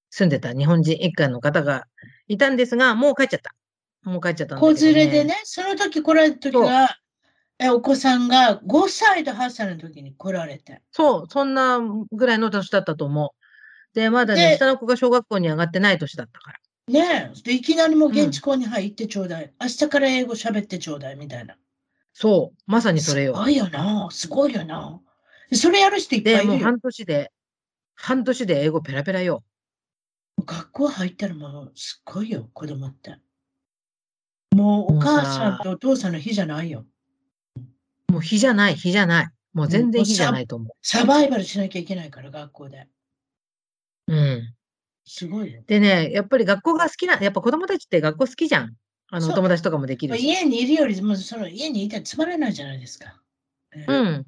B: 住んでた日本人一家の方がいたんですが、もう帰っちゃった。もう帰っちゃったんだ
A: 子
B: けど、
A: 連れで。ね、その時来られた時は、えお子さんが5歳と8歳の時に来られて。
B: そう、そんなぐらいの年だったと思う。で、まだね、
A: で
B: 下の子が小学校に上がってない年だったから。
A: ねえ、でいきなりもう現地校に入ってちょうだい。明日から英語喋ってちょうだいみたいな。
B: そう、まさにそれ
A: す
B: よ。
A: ごいよな、すごいよな。それやる人いっぱ
B: で、
A: いい
B: もう
A: るよ。
B: 半年で、半年で英語ペラペラよ。
A: 学校入ったらもうすごいよ、子供って。もうお
B: もうさ
A: 母さんとお父さんの日じゃないよ。
B: もう日じゃない、日じゃない。もう全
A: も
B: 然
A: う
B: 日じゃ
A: さ
B: ないと思
A: サバイバルしなきゃいけないから、学校で。
B: う。うん。
A: すごいよ。
B: でね、やっぱり学校が好きな、やっぱ子供たちって学校好きじゃん。あの、
A: そう
B: お友達とかもできるし。
A: 家にいるより、もうその家にいたらつまらないじゃないですか。
B: う
A: うん
B: ん。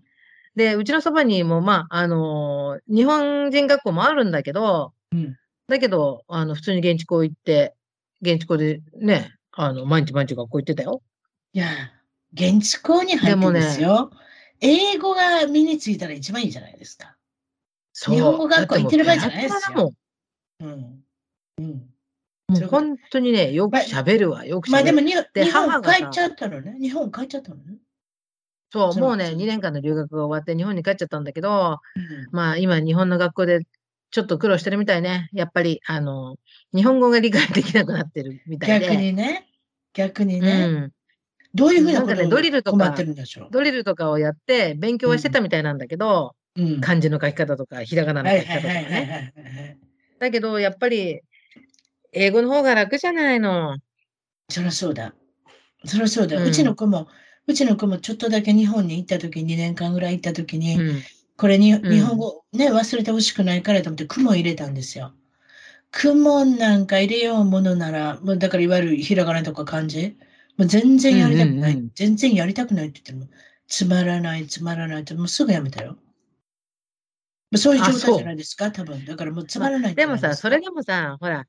B: で、うちのそばにも、まあ、あのー日本人学校もあるんだけど、
A: うん
B: だけど、あの、普通に現地校行って、現地校でね、あの、毎日毎日学校行ってたよ。
A: いや、現地校に入っ
B: で
A: て
B: も
A: ん
B: ね
A: ですよ。英語が身についたら一番いいじゃないですか。
B: そう
A: 日本語学校行ってる場合じゃないですよ
B: だってもう
A: うん。そ
B: ペラペラだもんも
A: う
B: う本当にね、よく
A: ま
B: 喋るわ、よく
A: まあで
B: 喋
A: も
B: る。
A: に、
B: で
A: 日
B: 母
A: 本
B: がさ
A: 帰っちゃったのね。日本帰っちゃったのね。
B: そう、
A: そう
B: もうね、
A: そう
B: 2年間の留学が終わって日本に帰っちゃったんだけど、
A: うん
B: まあ今日本の学校でちょっと苦労してるみたいね。やっぱり、あの、日本語が理解できなくなってるみたいで。
A: 逆にね。逆に
B: う
A: ね。
B: ん。
A: どういうふうなこ
B: なんか
A: と
B: ねドリルとか
A: 困ってるんでしょう。
B: ドリルとかをやって勉強はしてたみたいなんだけど、
A: うん
B: 漢字の書き方とか、ひらがなの
A: はい
B: 書き
A: は
B: 方
A: い
B: とか
A: はいはい
B: ね。
A: はいはい。
B: だけど、やっぱり、英語の方が楽じゃないの。
A: そりゃそうだ。そりゃそうだ。
B: うん
A: うちの子も、うちの子もちょっとだけ日本に行った時に、2年間ぐらい行った時に、
B: うん。
A: これに、
B: ん
A: 日本語ね、忘れてほしくないからと思って、雲入れたんですよ。雲なんか入れようものなら、もうだからいわゆるひらがなとか漢字、もう全然やりたくない、
B: うんうんうん
A: 全然やりたくないって言っても、つまらない、つまらないって、もうすぐやめたよ。もうそういう状態じゃないですか、多分。だからもうつまらないんじ
B: で
A: ゃな
B: も
A: いすか
B: さ、それでもさ、ほら、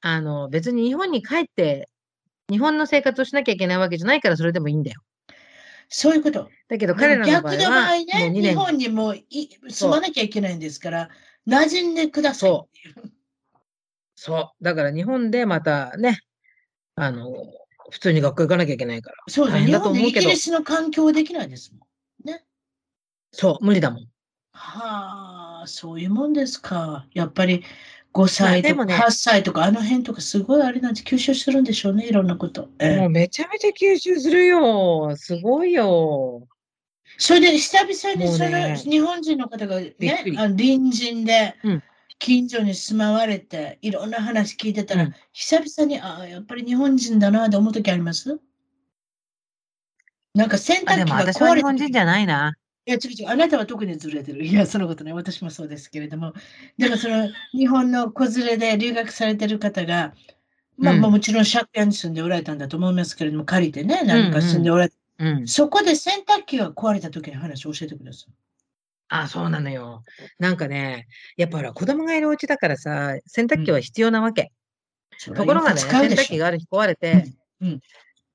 B: あの、別に日本に帰って、日本の生活をしなきゃいけないわけじゃないから、それでもいいんだよ。
A: そういうこと。
B: だけど、
A: で
B: 彼
A: も
B: らの場合
A: 逆の場合
B: は、
A: ね、
B: もう2
A: 日
B: 年
A: 本にもうい住まなきゃいけないんですから、馴染んでくださいっていう。
B: そう。だから日本でまたね、あの、普通に学校行かなきゃいけないから。
A: そうだ、
B: 大変
A: 日
B: だと
A: 本
B: 思う
A: でイ
B: けど
A: ギリスの環境できないですもん。
B: そう、無理だもん。
A: はあ、そういうもんですか。やっぱり5歳
B: で
A: と
B: も
A: か
B: ね
A: 8歳とか、あの辺とかすごいあれなんで吸収するんでしょうね、いろんなこと。ええ
B: もうめちゃめちゃ吸収するよ。すごいよ。
A: それで久々に
B: もう
A: その
B: ね
A: 日本人の方がね
B: びっくり
A: あの隣人で
B: うん
A: 近所に住まわれていろんな話聞いてたら、
B: うん
A: 久々にああやっぱり日本人だなと思う時ありますなんか洗
B: あ、で
A: 濯機
B: も
A: が
B: 私は
A: 壊
B: 日
A: れた
B: 本人じゃないな。
A: いや、違う違う、あなたは特にずれてる。い や、そのことね、私もそうですけれども、でもそ の日本の子連れで留学されてる方が、まあ、
B: うん
A: まあもちろん借家に住んでおられたんだと思いますけれども、借りてね、何か住んでおられて、
B: うん。
A: そこで洗濯機が壊れた時の話を教えてください。
B: あ、そうなのよ。なんかね、やっぱほら、子供がいるお家だからさ、洗濯機は必要なわけ。
A: それ
B: ところがね、
A: よく使う
B: 洗
A: で
B: 濯
A: し
B: 機
A: ょ。
B: がある日壊れて、
A: うんうん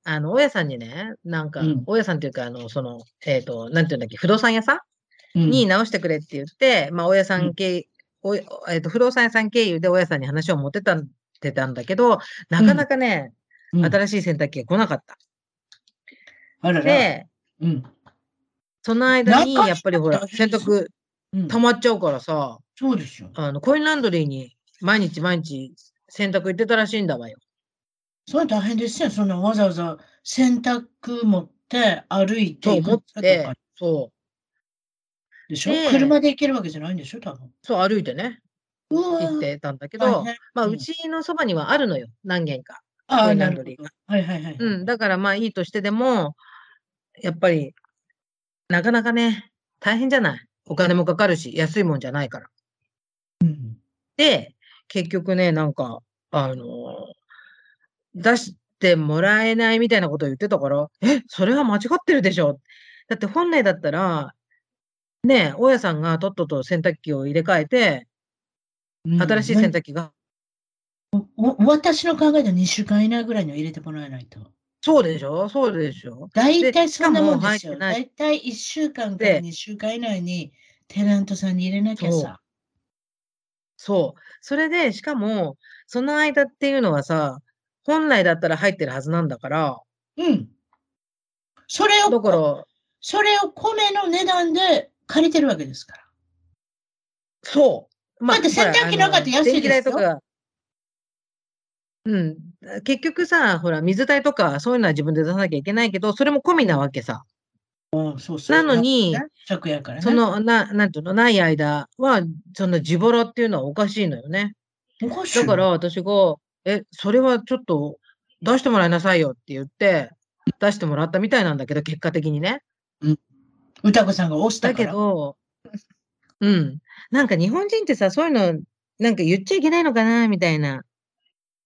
B: あの、大家さんにね、なんか、
A: うん
B: 大家さんっていうか、あの、その、えっ、と、なんていうんだっけ、不動産屋さん
A: うん
B: に直してくれって言って、まあ、大家さ
A: うんん
B: 経、おえっと不動産屋さん経由で大家さんに話を持ってたんてたんだけど、なかなかね、
A: うん
B: 新しい洗濯機が来なかった。
A: あらら。
B: で、
A: うん。
B: その間に、
A: 中に
B: やっぱりほら、
A: 入っ
B: 洗
A: たら大変
B: 濯
A: うん
B: 溜まっちゃうからさ、
A: そうですよ。
B: あの、コインランドリーに毎日毎日洗濯行ってたらしいんだわよ。
A: それは大変ですよ。そんなわざわざ洗濯持って歩い
B: と
A: て行
B: 思
A: く
B: っ
A: と
B: て
A: か、
B: そう、
A: でしょ
B: で
A: 車で行けるわけじゃないんでしょ多分。
B: そう歩いてね、
A: うわ
B: 行
A: ー
B: ってたんだけ
A: 大
B: ど、
A: 変
B: まあ、
A: うん
B: うちのそばにはあるのよ、何軒か。
A: あ
B: コイ
A: あ、
B: ンラ
A: な
B: ンド
A: る
B: リー
A: ほど。はいはいはい。
B: うん、だからまあいいとしてでも、やっぱり、なかなかね、大変じゃない。お金もかかるし、安いもんじゃないから。
A: うん。
B: で、結局ね、なんか、あのー出してもらえないみたいなことを言ってたから、え、それは間違ってるでしょ。だって本来だったら、ね、大家さんがとっとと洗濯機を入れ替えて、
A: うん
B: 新しい洗濯機が、
A: わ私の考えでは2週間以内ぐらいには入れてもらえないと。
B: そうでしょそうでしょ
A: 大体そんなもん
B: しかも
A: ですよ。
B: 入ってない
A: 大体1週間から
B: で
A: 2週間以内にテナントさんに入れなきゃさ。
B: そう。それで、しかも、その間っていうのはさ、本来だったら入ってるはずなんだから、
A: うん。それ
B: だか
A: を、
B: ら、
A: それを米の値段で借りてるわけですから。
B: そう。
A: だって洗濯機なんかって安いですよ
B: ほらあの電気代とか、うん。結局さ、ほら、水代とか、そういうのは自分で出さなきゃいけないけど、それも込みなわけさ。
A: うん、そうそう。
B: なのに、
A: ね、借家からね。
B: その、な、なんていうの、ない間は、その自腹っていうのはおかしいのよね。
A: おかしい
B: だ
A: よ
B: から、私が、え、それはちょっと出してもらいなさいよって言って、出してもらったみたいなんだけど、結果的にね。
A: 歌子さんが押した
B: だ
A: か
B: け
A: ら。
B: ど、うん。なんか日本人ってさ、そういうの、なんか言っちゃいけないのかな、みたいな。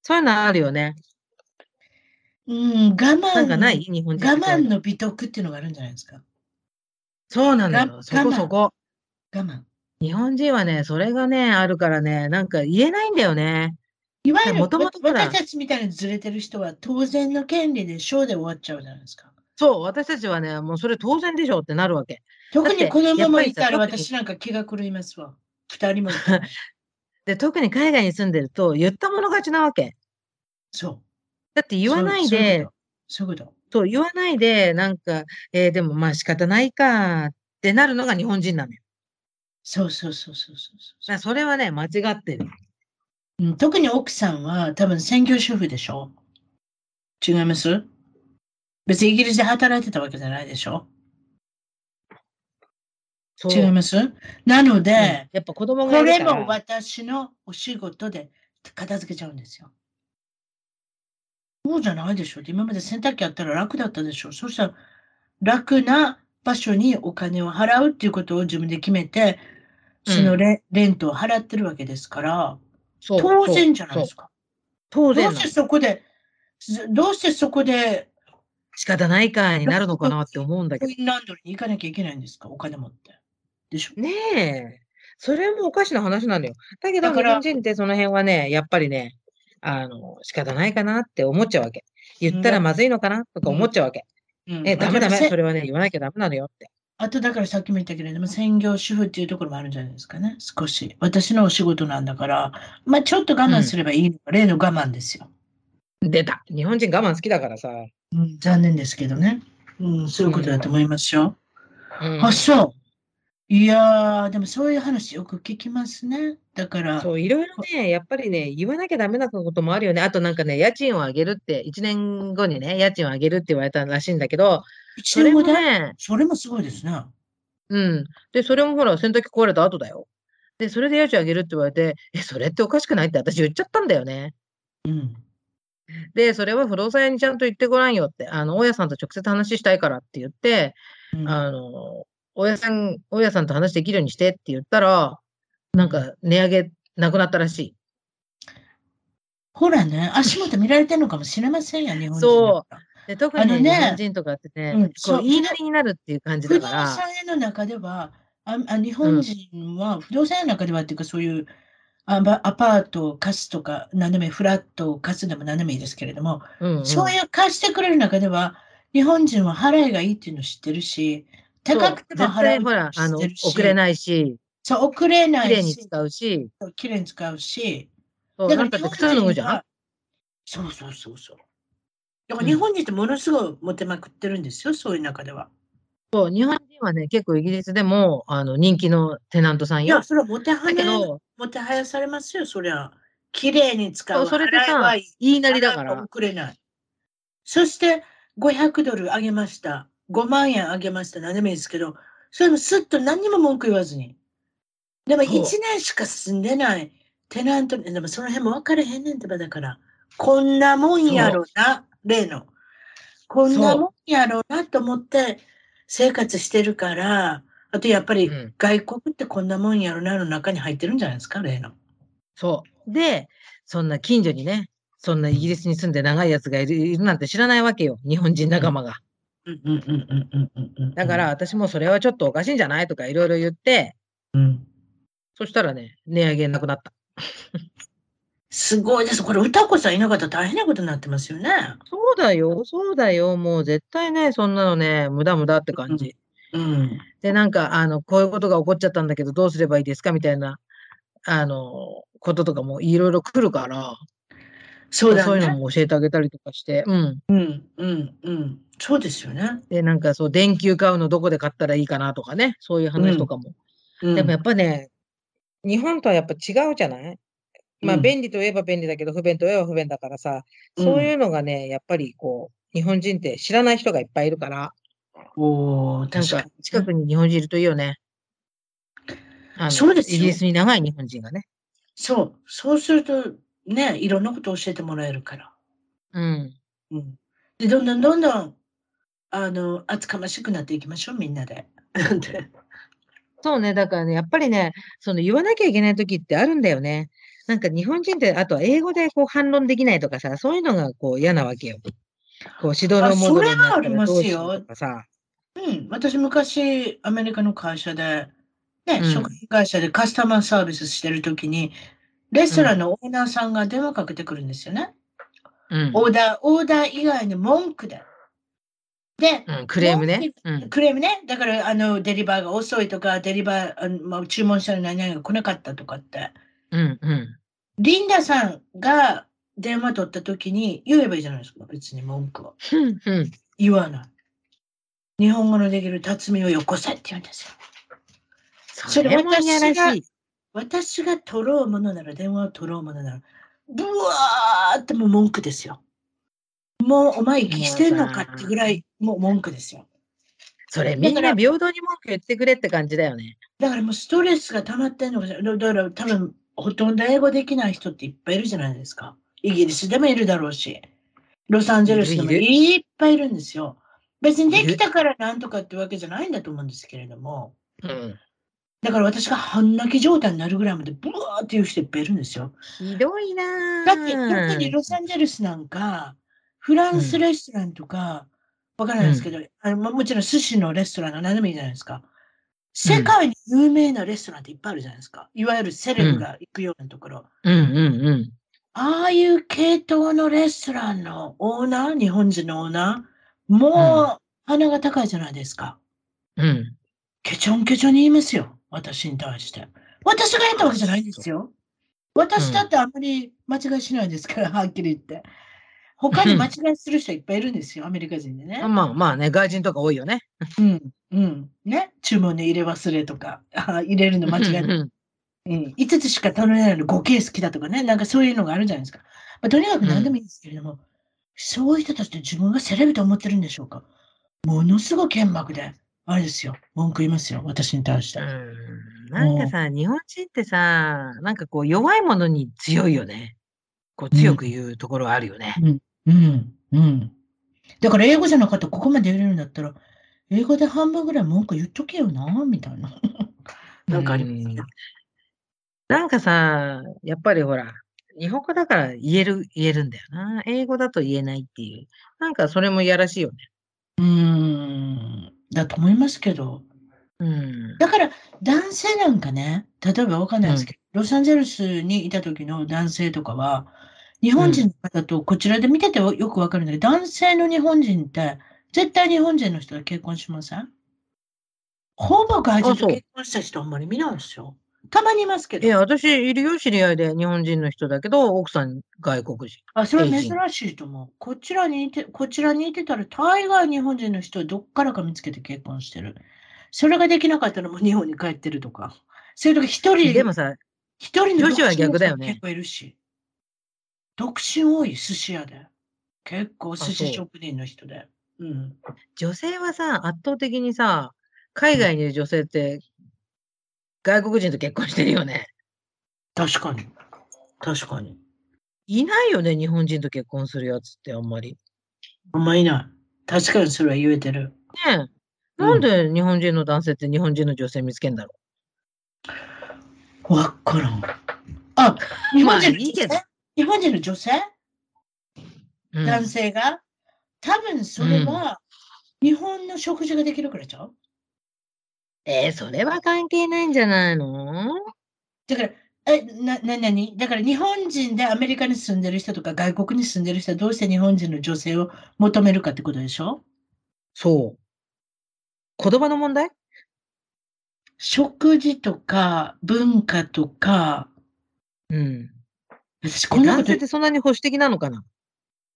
B: そういうのあるよね。
A: うん、我慢
B: なんかない日本人
A: 我
B: ってそういう
A: 慢
B: の。
A: の美徳っていうのがあるんじゃないですか。
B: そうなの
A: 我
B: よ。そこそこ。
A: 我慢。
B: 日本人はね、それがね、あるからね、なんか言えないんだよね。
A: いわゆる
B: もともとほら
A: 私たちみたいにずれてる人は当然の権利でショーで終わっちゃうじゃないですか。
B: そう、私たちはね、もうそれ当然でしょってなるわけ。
A: 特に子供もいたら
B: やっぱりさ
A: 私なんか気が狂います わ。二人もいて。
B: で、特に海外に住んでると、言ったもの勝ちなわけ。
A: そう。
B: だって言わないで、
A: そう。そういうこと。
B: そう言わないで、なんか、えーでもまあ仕方ないか、ってなるのが日本人なのよ。
A: そうそうそうそうそうそう
B: だからそれはね、間違ってる。
A: うん特に奥さんは多分専業主婦でしょ違います別にイギリスで働いてたわけじゃないでしょ
B: そう
A: 違いますなの
B: うん
A: で、
B: やっぱ子供が
A: こ
B: いる
A: れ
B: から
A: も私のお仕事で片付けちゃうんですよ。そうじゃないでしょって今まで洗濯機あったら楽だったでしょそしたら楽な場所にお金を払うっていうことを自分で決めて、そのレ,、レントを払ってるわけですから、
B: そう
A: 当然じゃない
B: そう
A: ですか。
B: 当然
A: ど
B: な
A: う
B: の
A: してそこで、ずどうしてそこで
B: 仕方ないかになるのかなって思うんだ
A: コ
B: けど。
A: インランドリーに行かなきゃいけないんですかお金持って。でしょ
B: ねえ。それもおかしな話なのよ。だけど、
A: だ
B: 日
A: から
B: 本人ってその辺はね、やっぱりね、あの、仕方ないかなって思っちゃうわけ。言ったらまずいのかなとか思っちゃうわけ。
A: うん
B: え、ダメダメ、そ
A: れ
B: れはね、言わなきゃダメなのよって。
A: あと、だからさっきも言ったけれども、専業主婦っていうところもあるんじゃないですかね、少し。私のお仕事なんだから、まあ、ちょっと我慢すればいいのが、例の我慢ですよ。
B: 出た。日本人我慢好きだからさ。
A: うん、残念ですけどね。うん、そういうことだと思いますよ。
B: うん
A: あ、そう。いやー、でもそういう話よく聞きますね。だから、
B: そう、いろいろね、やっぱりね、言わなきゃダメなこともあるよね。あとなんかね、家賃を上げるって、1年後にね、家賃を上げるって言われたらしいんだけど、
A: 一
B: それ
A: 年
B: も
A: 後で、
B: ね、
A: それもすごいですね。
B: うん。で、それもほら、洗濯機壊れた後だよ。で、それで家賃上げるって言われて、え、それっておかしくないって私言っちゃったんだよね。
A: うん。
B: で、それは不動産屋にちゃんと言ってごらんよって、あの、大家さんと直接話したいからって言って、
A: うん
B: あの、大家さん、大家さんと話できるようにしてって言ったら、なんか値上げなくなったらしい。
A: ほらね、足元見られてるのかもしれませんよ、日本人だから。
B: で、特に
A: あの
B: ね、
A: ね
B: 日本人とかってね、
A: うん
B: こ
A: そうう
B: 言いなりになるっていう感じ
A: 不
B: だ
A: 動
B: か
A: 産
B: ら、
A: 屋の中では、ああ日本人は不動産屋の中ではっていうか、そういうあばアパートを貸すとか、何でもいい、フラットを貸すでも何でもいいですけれども、
B: うんうん
A: そういう貸してくれる中では、日本人は払いがいいっていうのを知ってるし、高くても
B: そう絶
A: 払
B: 対
A: い
B: ほら、あの、
A: 知ってるし
B: 遅れないし、
A: そう、遅れな
B: 綺麗
A: い
B: に
A: し、
B: 使うし、
A: きれいに使うし、
B: そう、なんだって
A: 日
B: 靴
A: 本人
B: 脱ぐじゃん
A: はそうそうそうそう。だから日本人ってものすごいモテまくってるんですよ、そういう中では。
B: そう、日本人はね、結構イギリスでも、あの、人気のテナントさん
A: い
B: よ
A: や、。それはモテは
B: だけ
A: ね、
B: ど、
A: もてはやされますよ、そりゃ。綺麗に使。
B: そううそれで
A: 払え
B: さ
A: ばいい、
B: 言いなりだか
A: 払えば
B: ら、
A: 遅れない。そして、500ドルあげました。5万円あげました。何でもいいですけど、それもすっと何にも文句言わずに。でも、1
B: そう
A: 年しか住んでないテナント、でもその辺も分かれへんねんてばだから、こんなもんやろな、例の。こんなもんやろなと思って生活してるから、あとやっぱり、
B: うん
A: 外国ってこんなもんやろなの中に入ってるんじゃないですか、例の。
B: そう。で、そんな近所にね、そんなイギリスに住んで長いやつがいるいるなんて知らないわけよ、日本人仲間が。
A: うんうんうんうんうんうんうん
B: だから、、私もそれはちょっとおかしいんじゃないとかいろいろ言って、
A: うん、
B: そしたらね、値上げなくなった。
A: すごいです。これ、歌子さんいなかったら大変なことになってますよね。
B: そうだよ、そうだよ、もう絶対ね、そんなのね、無駄無駄って感じ。
A: うん。
B: で、なんか、あの、こういうことが起こっちゃったんだけど、どうすればいいですかみたいな、あの、こととかもいろいろ来るから、
A: そうだ
B: そういう
A: ね。
B: のも教えてあげたりとかして、うん。
A: うんうんうん。そうですよね。
B: で、なんかそう、電球買うのどこで買ったらいいかなとかね、そういう話とかも。
A: うん
B: でもやっぱね、日本とはやっぱ違うじゃないまあ、
A: うん
B: 便利といえば便利だけど、不便といえば不便だからさ、そういうのがね、やっぱりこう、日本人って知らない人がいっぱいいるから、
A: うんおお、
B: なん
A: 確か
B: か
A: に。
B: 近くに日本人いるといいよね。あの
A: そうですよ
B: イギリスに長い日本人がね。
A: そう、そうすると、ね、いろんなことを教えてもらえるから。
B: うん。
A: うん。で、どんどんどんどん、あの、厚かましくなっていきましょう、みんなで。
B: そうね、だからね、やっぱりね、その言わなきゃいけない時ってあるんだよね。なんか日本人って、あとは英語でこう反論できないとかさ、そういうのがこう嫌なわけよ。こう指導の
A: あ
B: モ
A: そ
B: ード
A: れ
B: になった
A: はあ
B: ら
A: ります
B: どうし
A: よ
B: ようとかさ。
A: うん、私、昔、アメリカの会社で、ね、
B: うん
A: 食品会社でカスタマーサービスしてるときに、レストランのオーナーさんが電話かけてくるんですよね。
B: うん
A: オーダー、オーダー以外に文句で。で、
B: うん、クレームね。うん。
A: クレームね、だから、あの、デリバーが遅いとか、デリバー、あのまあ、注文したのに何々が来なかったとかって。
B: うん。うん。
A: リンダさんが電話取ったときに言えばいいじゃないですか、別に文句を。
B: うんうん。
A: 言わない。日本語のできる辰巳をよこせって言うんですよ。
B: それもいやらしい。
A: 私が取ろうものなら電話を取ろうものならブワーってもう文句ですよ。もうお前生きしてんのかってぐらいもう文句ですよ。
B: それみんな平等に文句言ってくれって感じだよね。
A: だからもうストレスが溜まってんのかしらだだから多分ほとんど英語できない人っていっぱいいるじゃないですか。イギリスでもいるだろうし、ロサンゼルスでも
B: いるい
A: いっぱいいるんですよ。別にで
B: いる
A: きたからなんとかってわけじゃないんだと思うんですけれども。
B: うん。
A: だから私が半泣き状態になるぐらいまでブワーっていう人いっぱいいるんですよ。
B: ひどいなぁ
A: だって特にロサンゼルスなんか、フランスレストランとか、わからないですけど、あのまもちろん寿司のレストランが何でもいいじゃないですか。世界に有名なレストランっていっぱいあるじゃないですか。いわゆるセレブが行くようなところ。
B: うんうんうん。
A: ああいう系統のレストランのオーナー、日本人のオーナー、もう鼻が高いじゃないですか。
B: うん。
A: ケチョンケチョンに言いますよ。私に対して。私が言ったわけじゃないんですよ。私だってあんまり間違いしないですから、 はっきり言って。他に間違いする人いっぱいいるんですよ、アメリカ人でね
B: あ。まあまあね、外人とか多いよね。
A: うん。うん。ね。注文の入れ忘れとか、あ入れるの間違い
B: うんうん
A: うん、5つしか頼れないの5ケース来たとかね、なんかそういうのがあるじゃないですか。まあ、とにかく何でもいいんですけれども、そういう人たちって自分がセレブと思ってるんでしょうかものすごい剣幕で、あれですよ、文句言いますよ、私に対して。
B: うんなんかさ、日本人ってさ、なんかこう弱いものに強いよね。こう強く言うところはあるよね。
A: うん、うん。だから英語じゃなかったらここまで言えるんだったら、英語で半分ぐらい文句言っとけよな、みたいな。 なんかあります
B: うん
A: ね。
B: なんかさ、やっぱりほら、日本語だから言える、言えるんだよな。英語だと言えないっていう。なんかそれもいやらしいよね。
A: うん、だと思いますけど。
B: うん。
A: だから男性なんかね、例えばわかんないですけど、ロサンゼルスにいた時の男性とかは、日本人の方とこちらで見ててよくわかるんだけど、男性の日本人って、絶対日本人の人が結婚しませんほぼ外人
B: あそ
A: と
B: う
A: 結婚した人あんまり見ないですよ。たまにいますけ
B: い
A: ど。
B: や、私、いるよ、知り合いで。日本人の人だけど、奥さん外国人。
A: あ、それは
B: 英
A: 珍
B: 人
A: しいと思う。こちらにいて、こちらにいてたら、大概日本人の人はどっからか見つけて結婚してる。それができなかったらもう日本に帰ってるとか。そういう時一人
B: でもさ、
A: 一人の
B: 女子は逆だよね
A: 独身の人結構いるし。独身多い寿司屋で。結構寿
B: あそ
A: 司
B: う
A: 職人の人で。うん。
B: 女性はさ、圧倒的にさ、海外にいる女性って、外国人と結婚してるよね。
A: 確かに。確かに。
B: いないよね、日本人と結婚するやつってあんまり。
A: あんまいない。確かにそれは言えてる。
B: ねえ。なんで日本人の男性って日本人の女性見つけんだろ
A: わっからん。あ、
B: う。
A: 日
B: ま
A: 本
B: あ
A: 人の
B: いい
A: 女
B: け
A: 性
B: ど。
A: 日本人の女性
B: うん
A: 男性が多分それは日本の食事ができるからちゃう
B: えー、それは関係ないんじゃないの
A: だから、え、な、な、なにだから日本人でアメリカに住んでる人とか外国に住んでる人はどうして日本人の女性を求めるかってことでしょ
B: そう。言葉の問題
A: 食事とか文化とか、
B: うん。
A: 私こんなこ
B: 男
A: と
B: 性っ、てそんなに保守的なのかな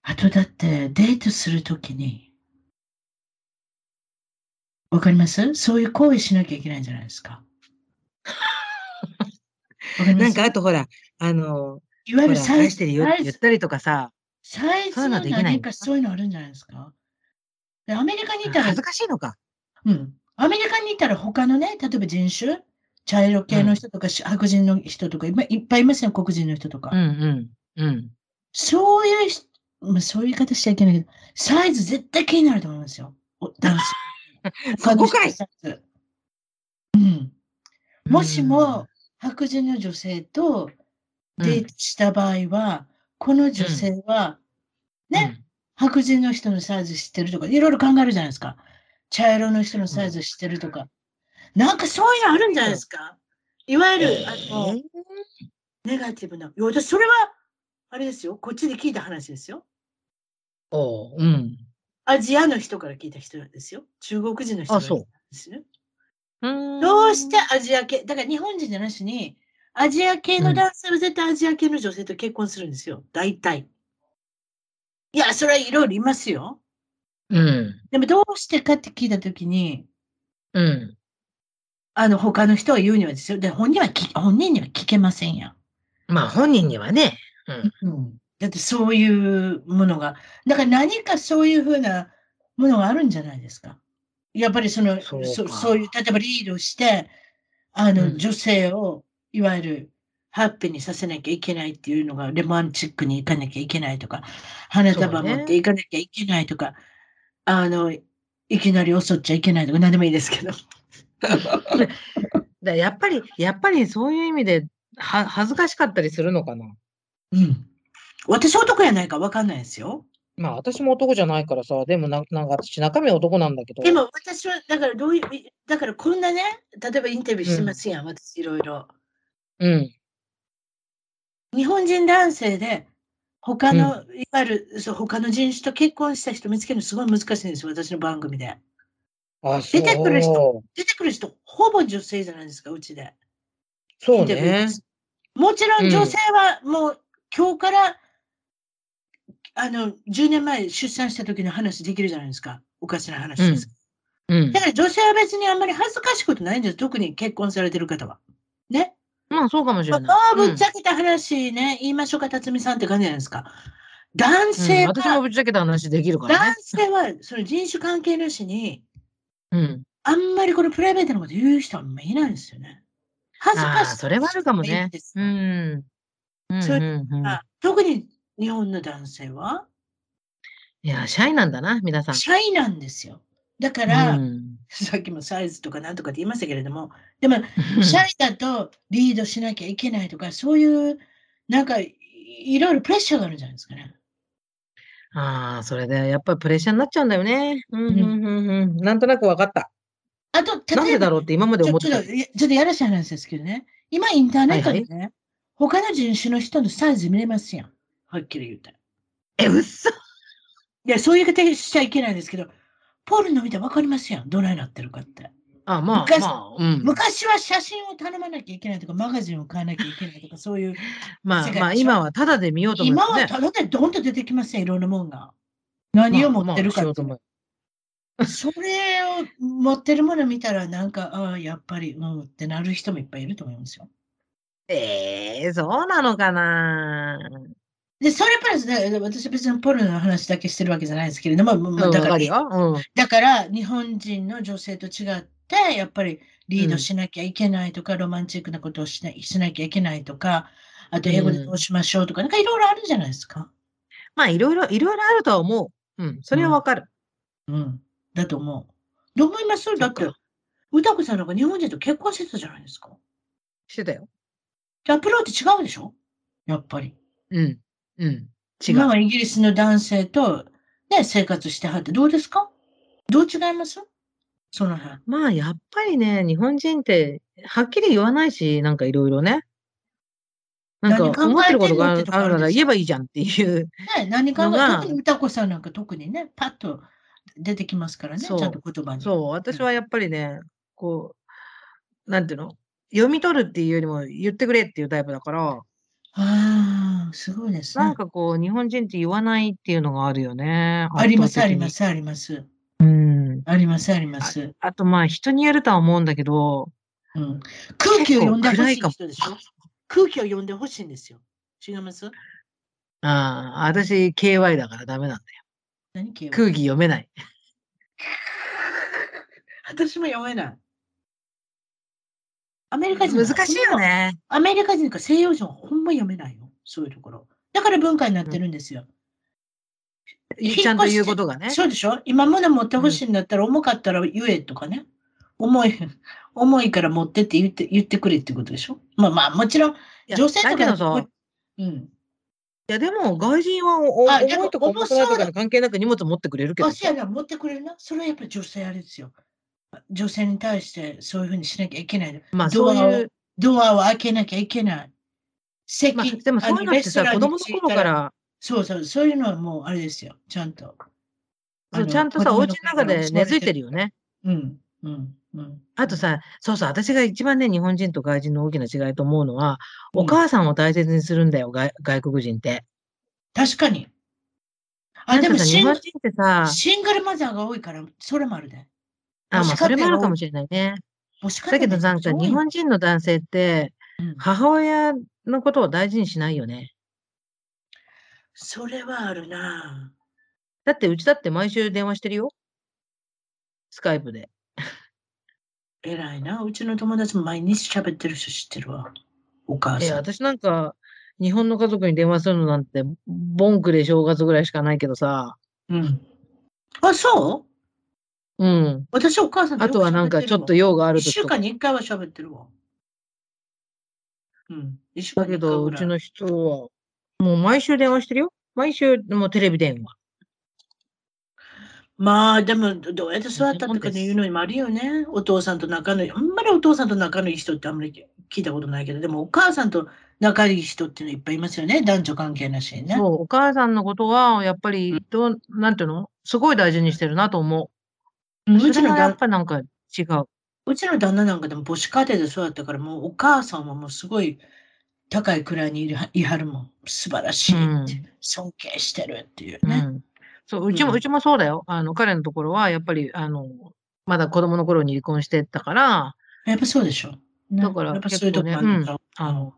A: あとだってデートするときに、わかりますそういう行為しなきゃいけないんじゃないです か。わかりま
B: なん
A: す
B: かあとほら、あの、
A: いわゆ
B: ほ
A: る
B: ら、
A: サイ
B: 愛し
A: ズ
B: てるよって言ったりとかさ、
A: サイズ
B: そういうのはできない
A: 何かそういうのあるんじゃないですか。でアメリカにいたら
B: 恥ずかしいのか。
A: うん。アメリカにいたら他のね、例えば人種、茶色系の人とか、し白人の人とか、いっぱいいっぱいいますよ、黒人の人とか。
B: うんうん。うん。
A: そういう人、まあ、そういう言い方しちゃいけないけど、サイズ絶対気になると思うんですよ。お男性。
B: そこか
A: 他
B: い
A: の人のサイズうん。もしも、白人の女性と
B: うん
A: デートした場合は、この女性は、ね、白人の人のサイズ知ってるとか、いろいろ考えるじゃないですか。茶色の人のサイズ知ってるとか。なんかそういうのあるんじゃないですか。いわゆる、あ
B: うん、
A: の、ネガティブな。いや私、それは、あれですよ。こっちで聞いた話ですよ。
B: おううん。
A: アジアの人から聞いた人なんですよ。中国人の人
B: あ
A: から聞
B: そ
A: いうたんですね。
B: うん
A: どうしてアジア系、だから日本人じゃなしに、アジア系の男性は絶対アジア系の女性と結婚するんですよ。大体。いや、それはいろいろいますよ。
B: うん。
A: でもどうしてかって聞いたときに、
B: うん。
A: あの、他の人が言うにはですよ。で、本人はき、本人には聞けませんやん。
B: まあ本人にはね。
A: だってそういうものが、だから何かそういうふうなものがあるんじゃないですか。やっぱりその、
B: そ
A: そうう
B: か
A: そういう、例えばリードして、あの、
B: うん
A: 女性を、いわゆる、ハッピーにさせなきゃいけないっていうのが、レモンチックに行かなきゃいけないとか、花束持って行かなきゃいけないとか、あの、いきなり襲っちゃいけないとか、何でもいいですけど。
B: だやっぱり、やっぱりそういう意味で、は恥ずかしかったりするのかな。
A: うん。私男やないか分かんないですよ。
B: まあ私も男じゃないからさ、でもななんか私中身は男なんだけど。
A: でも私は、だからどういう、いだからこんなね、例えばインタビューしてますやん、私いろいろ。
B: うん。
A: 日本人男性で、他の、いわゆるそう他の人種と結婚した人見つけるのすごい難しいんですよ、私の番組で。
C: あ、そう。
A: 出てくる人。出てくる人、ほぼ女性じゃないですか、うちで。
C: そう
A: インタビュー
C: ね
A: で。すもちろ
C: うん
A: ん女性はもう今日から、あの10年前出産した時の話できるじゃないですか。おかしな話です。
B: うん
A: だ。から女性は別にあんまり恥ずかしいことないんです。特に結婚されてる方は。ね。
B: まあ、そうかもし
A: ま
B: れ
A: あ
B: ない。
A: まあ、ぶっちゃけた話ね、言いましょうか、辰巳さんって感じじゃないですか。男
B: うん
A: 性
B: うん
A: は、
B: 私もぶっちゃけた話できるから
A: 男
B: ね。
A: 性はその人種関係なしに、
B: うん。
A: あんまりこのプライベートのこと言う人はあんまいないんですよね。恥ずかし
B: あ
A: い。
B: ーそれはあるかもね
A: いいんです
B: う
A: よ
B: ん。うん
A: そううん
B: うん
A: あ特に日本の男性はい
B: や、シャイなんだな、皆さん。
A: シャイなんですよ。だから、
B: うん
A: さっきもサイズとかなんとかって言いましたけれども、でも、シャイだとリードしなきゃいけないとか、そういう、なんか、いいろいろプレッシャーがあるんじゃないですかね。
B: ああ、それで、やっぱりプレッシャーになっちゃうんだよね。うん、うん、うん、うん。なんとなくわかった。
A: あと、
B: なん
A: 例え
B: でだ
A: ば、
B: ろうって今まで
A: ち
B: 思
A: ょ
B: って
A: ちょ
B: た
A: っ。といやちょっとやらしい話ですけどね、今インターネットでね、他の人種の人のサイズ見れますやん。はっきり言ったら。
B: え、うっそ
A: いや、そういう方しちゃいけないんですけど、ポルノ見たら分かりますやん。どないなってるかって。
B: あ、まあ、
A: 昔
B: まあ、うん。
A: 昔は写真を頼まなきゃいけないとか、マガジンを買わなきゃいけないとか、そういう。
B: まあ、
A: 世界
B: まあ、
A: でしょ
B: 今はタダで見ようと思
A: 今
B: ます
A: は
B: ね。
A: ただでどんと出てきますね、いろんなもんが。何を持ってるかっていう
B: まあまあしようと思う
A: それを持ってるもの見たら、なんか、ああ、やっぱり、うんってなる人もいっぱいいると思いますよ。
B: ええそうなのかな
A: で、それプラス、ね、私別にポルノの話だけしてるわけじゃないですけれども、もう
B: うん
A: だ
B: わ
A: か
B: からるよ。うん。
A: だから日本人の女性と違って、やっぱりリードしなきゃいけないとか、ロマンチックなことをしなしなきゃいけないとか、あと英語でどうしましょうとか、なんかいろいろあるじゃないですか。
B: まあ、いろいろ、いろいろあるとは思う。うん。それはわかる。
A: うん。だと思う。どう思いますだって
B: そっ、
A: 歌子さんなんか日本人と結婚してたじゃないですか。
B: してたよ。
A: アプローチ違うでしょやっぱり。
B: うん。うん。違
A: 今
B: う。
A: はイギリスの男性と、ね、生活してはってどうですかどう違いますその辺。
B: まあ、やっぱりね、日本人って、はっきり言わないし、なんかいろいろね。なん
A: 何考
B: か、思っ
A: え
B: て
A: て
B: る
A: んの
B: ことがあ
A: って
B: る
A: とこあ
B: あ
A: る
B: るなら
A: でしょ
B: 言えばいいじゃんっていう。
A: ね、何か
B: のが
A: 特に歌子さんなんか特にね、パッと出てきますからね、ちゃ
B: そうん
A: と言葉に。
B: そう、私はやっぱりね、こう、なんていうの読み取るっていうよりも言ってくれっていうタイプだから、
A: ああ、すごいです
B: な
A: ね
B: ん。かこう、日本人って言わないっていうのがあるよね。
A: あります、あ
B: 圧
A: り
B: 倒的に
A: ま。す、あります。
B: うん。
A: あります、あります。
B: あとまあ、人によるとは思うんだけど、
A: うん、空気を読んでほしい
B: 結構暗いかも
A: 人でしょ空気を読んでほしいんですよ。違います
B: ああ、私、KY だからダメなんだよ。
A: 何気を
B: 空気読めない。
A: 私も読めない。アメリカ人
B: 難
A: は
B: しいよ。ね。
A: アメリカ人か西洋人はほんま読めないよ。そういうところ。だから文化になってるんですよ。引っ越して
B: ちゃんと言うことがね。
A: そうでしょ今物持ってほしいんだったら重かったら言えとかね。重い、 重いから持ってって言って言ってくれってことでしょまあまあ、もちろん
B: いや
A: 女性とか
B: だけどさ、
A: うん。
B: いやでも外人はおお
A: あでも
B: 重いとか重くないと
A: 重そう
B: か
A: だ
B: に関係なく荷物持ってくれるけど
A: あ、。そうやな、持ってくれるな。それはやっぱり女性あれですよ。女性に対してそういうふうにしなきゃいけない。
B: まあ
A: ド
B: そ
A: ア
B: う
A: を
B: いう、
A: ドアを開けなきゃいけない。席、
B: まあでもそういうのってさ、
A: あ
B: 子
A: レ
B: 供の
A: ストランに着いた
B: 頃から、
A: そうそう、そういうのはもうあれですよ。ちゃんと。
B: そ
A: あ
B: う
A: の
B: ちゃんとさ、お
A: 子供
B: 家の中
A: 頃
B: で
A: から
B: 根付いてるよね。
A: うん、うん、うん。
B: あとさ、そうそう、私が一番ね、日本人と外人の大きな違いと思うのは、
A: うん
B: お母さんを大切にするんだよ、外外国人って。
A: 確かに。あ、
B: なん
A: で
B: か
A: も
B: さ
A: シ
B: 日
A: ン
B: 本人ってさ、
A: シングルマザーが多いから、それもあるで。
B: あ、まあ、
A: 母子
B: それ
A: 家
B: もあ
A: 庭が
B: るかもしれないね。
A: もしか
B: だけどなんか、日本人の男性って、
A: うん
B: 母親のことを大事にしないよね。
A: それはあるなぁ。
B: だって、うちだって毎週電話してるよ。スカイプで。
A: 偉いな。うちの友達も毎日喋ってる人知ってるわ。お母
B: いや、
A: さん。
B: 私なんか、日本の家族に電話するのなんて、ボンクで正月ぐらいしかないけどさ、
A: うん。あ、そう
B: うん。
A: 私、お母さん
B: あとはなんか、ちょっと用があ
A: あ
B: る
A: 一
B: 時
A: 週
B: とか
A: 間に一回は喋ってるわ。うん。一週間
B: だ
A: に
B: け
A: 一回
B: ど、
A: ぐ
B: う
A: ら
B: ち
A: い。
B: の人は、もう毎週電話してるよ。毎週、もうテレビ電話。
A: まあでもどどうやって座ったとかね
B: 日本です
A: いうのもあるよね。お父さんと仲のいい。あんまりお父さんと仲のいい人ってあんまり聞いたことないけど、でもお母さんと仲いい人っていうのいっぱいいますよね。男女関係なしにね。
B: そう、お母さんのことは、やっぱり、どう、なんていうのすごい大事にしてるなと思
A: うん
B: そ
A: ち
B: れ
A: の
B: はや
A: 旦
B: っぱなんか違う。
A: うちの旦那なんかでも母子家庭で育ったから、もうお母さんはもうすごい高い位にいるいはるもん。素晴らしいって、
B: うん
A: 尊敬してるっていう
B: う
A: ね。
B: んそう、うちも、
A: うん
B: うちもそうだよ。あの、彼のところは、やっぱり、あの、まだ子供の頃に離婚してたから、
A: やっぱそうでしょ。ね
B: だから
A: やっぱそういうとこ
B: 結
A: あ
B: 構ね
A: るでしょ。
B: あの、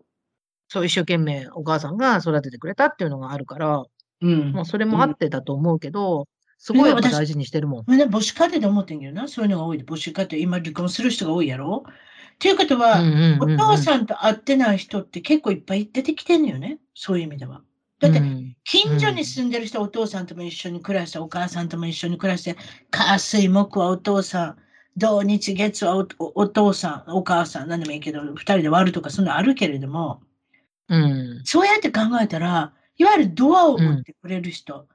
B: そう、一生懸命お母さんが育ててくれたっていうのがあるから、
A: うん
B: まあ、それもあってだと思うけど、すごいやっぱ大事にしてるもん。
A: みんな母子家庭で思ってんけどな、そういうのが多いで。母子家庭、今離婚する人が多いやろっていうことは、お父
B: ん
A: さんと会ってない人って結構いっぱい出てきてんのよね、そういう意味では。だって、
B: うん
A: 近所に住んでる人はお父さんとも一緒に暮らして、お母さんとも一緒に暮らして、火水木はお父さん、土日月はおおお父さん、お母さん、何でもいいけど、二人で割るとか、そんなのあるけれども、
B: うん。
A: そうやって考えたら、いわゆるドアを持ってくれる人、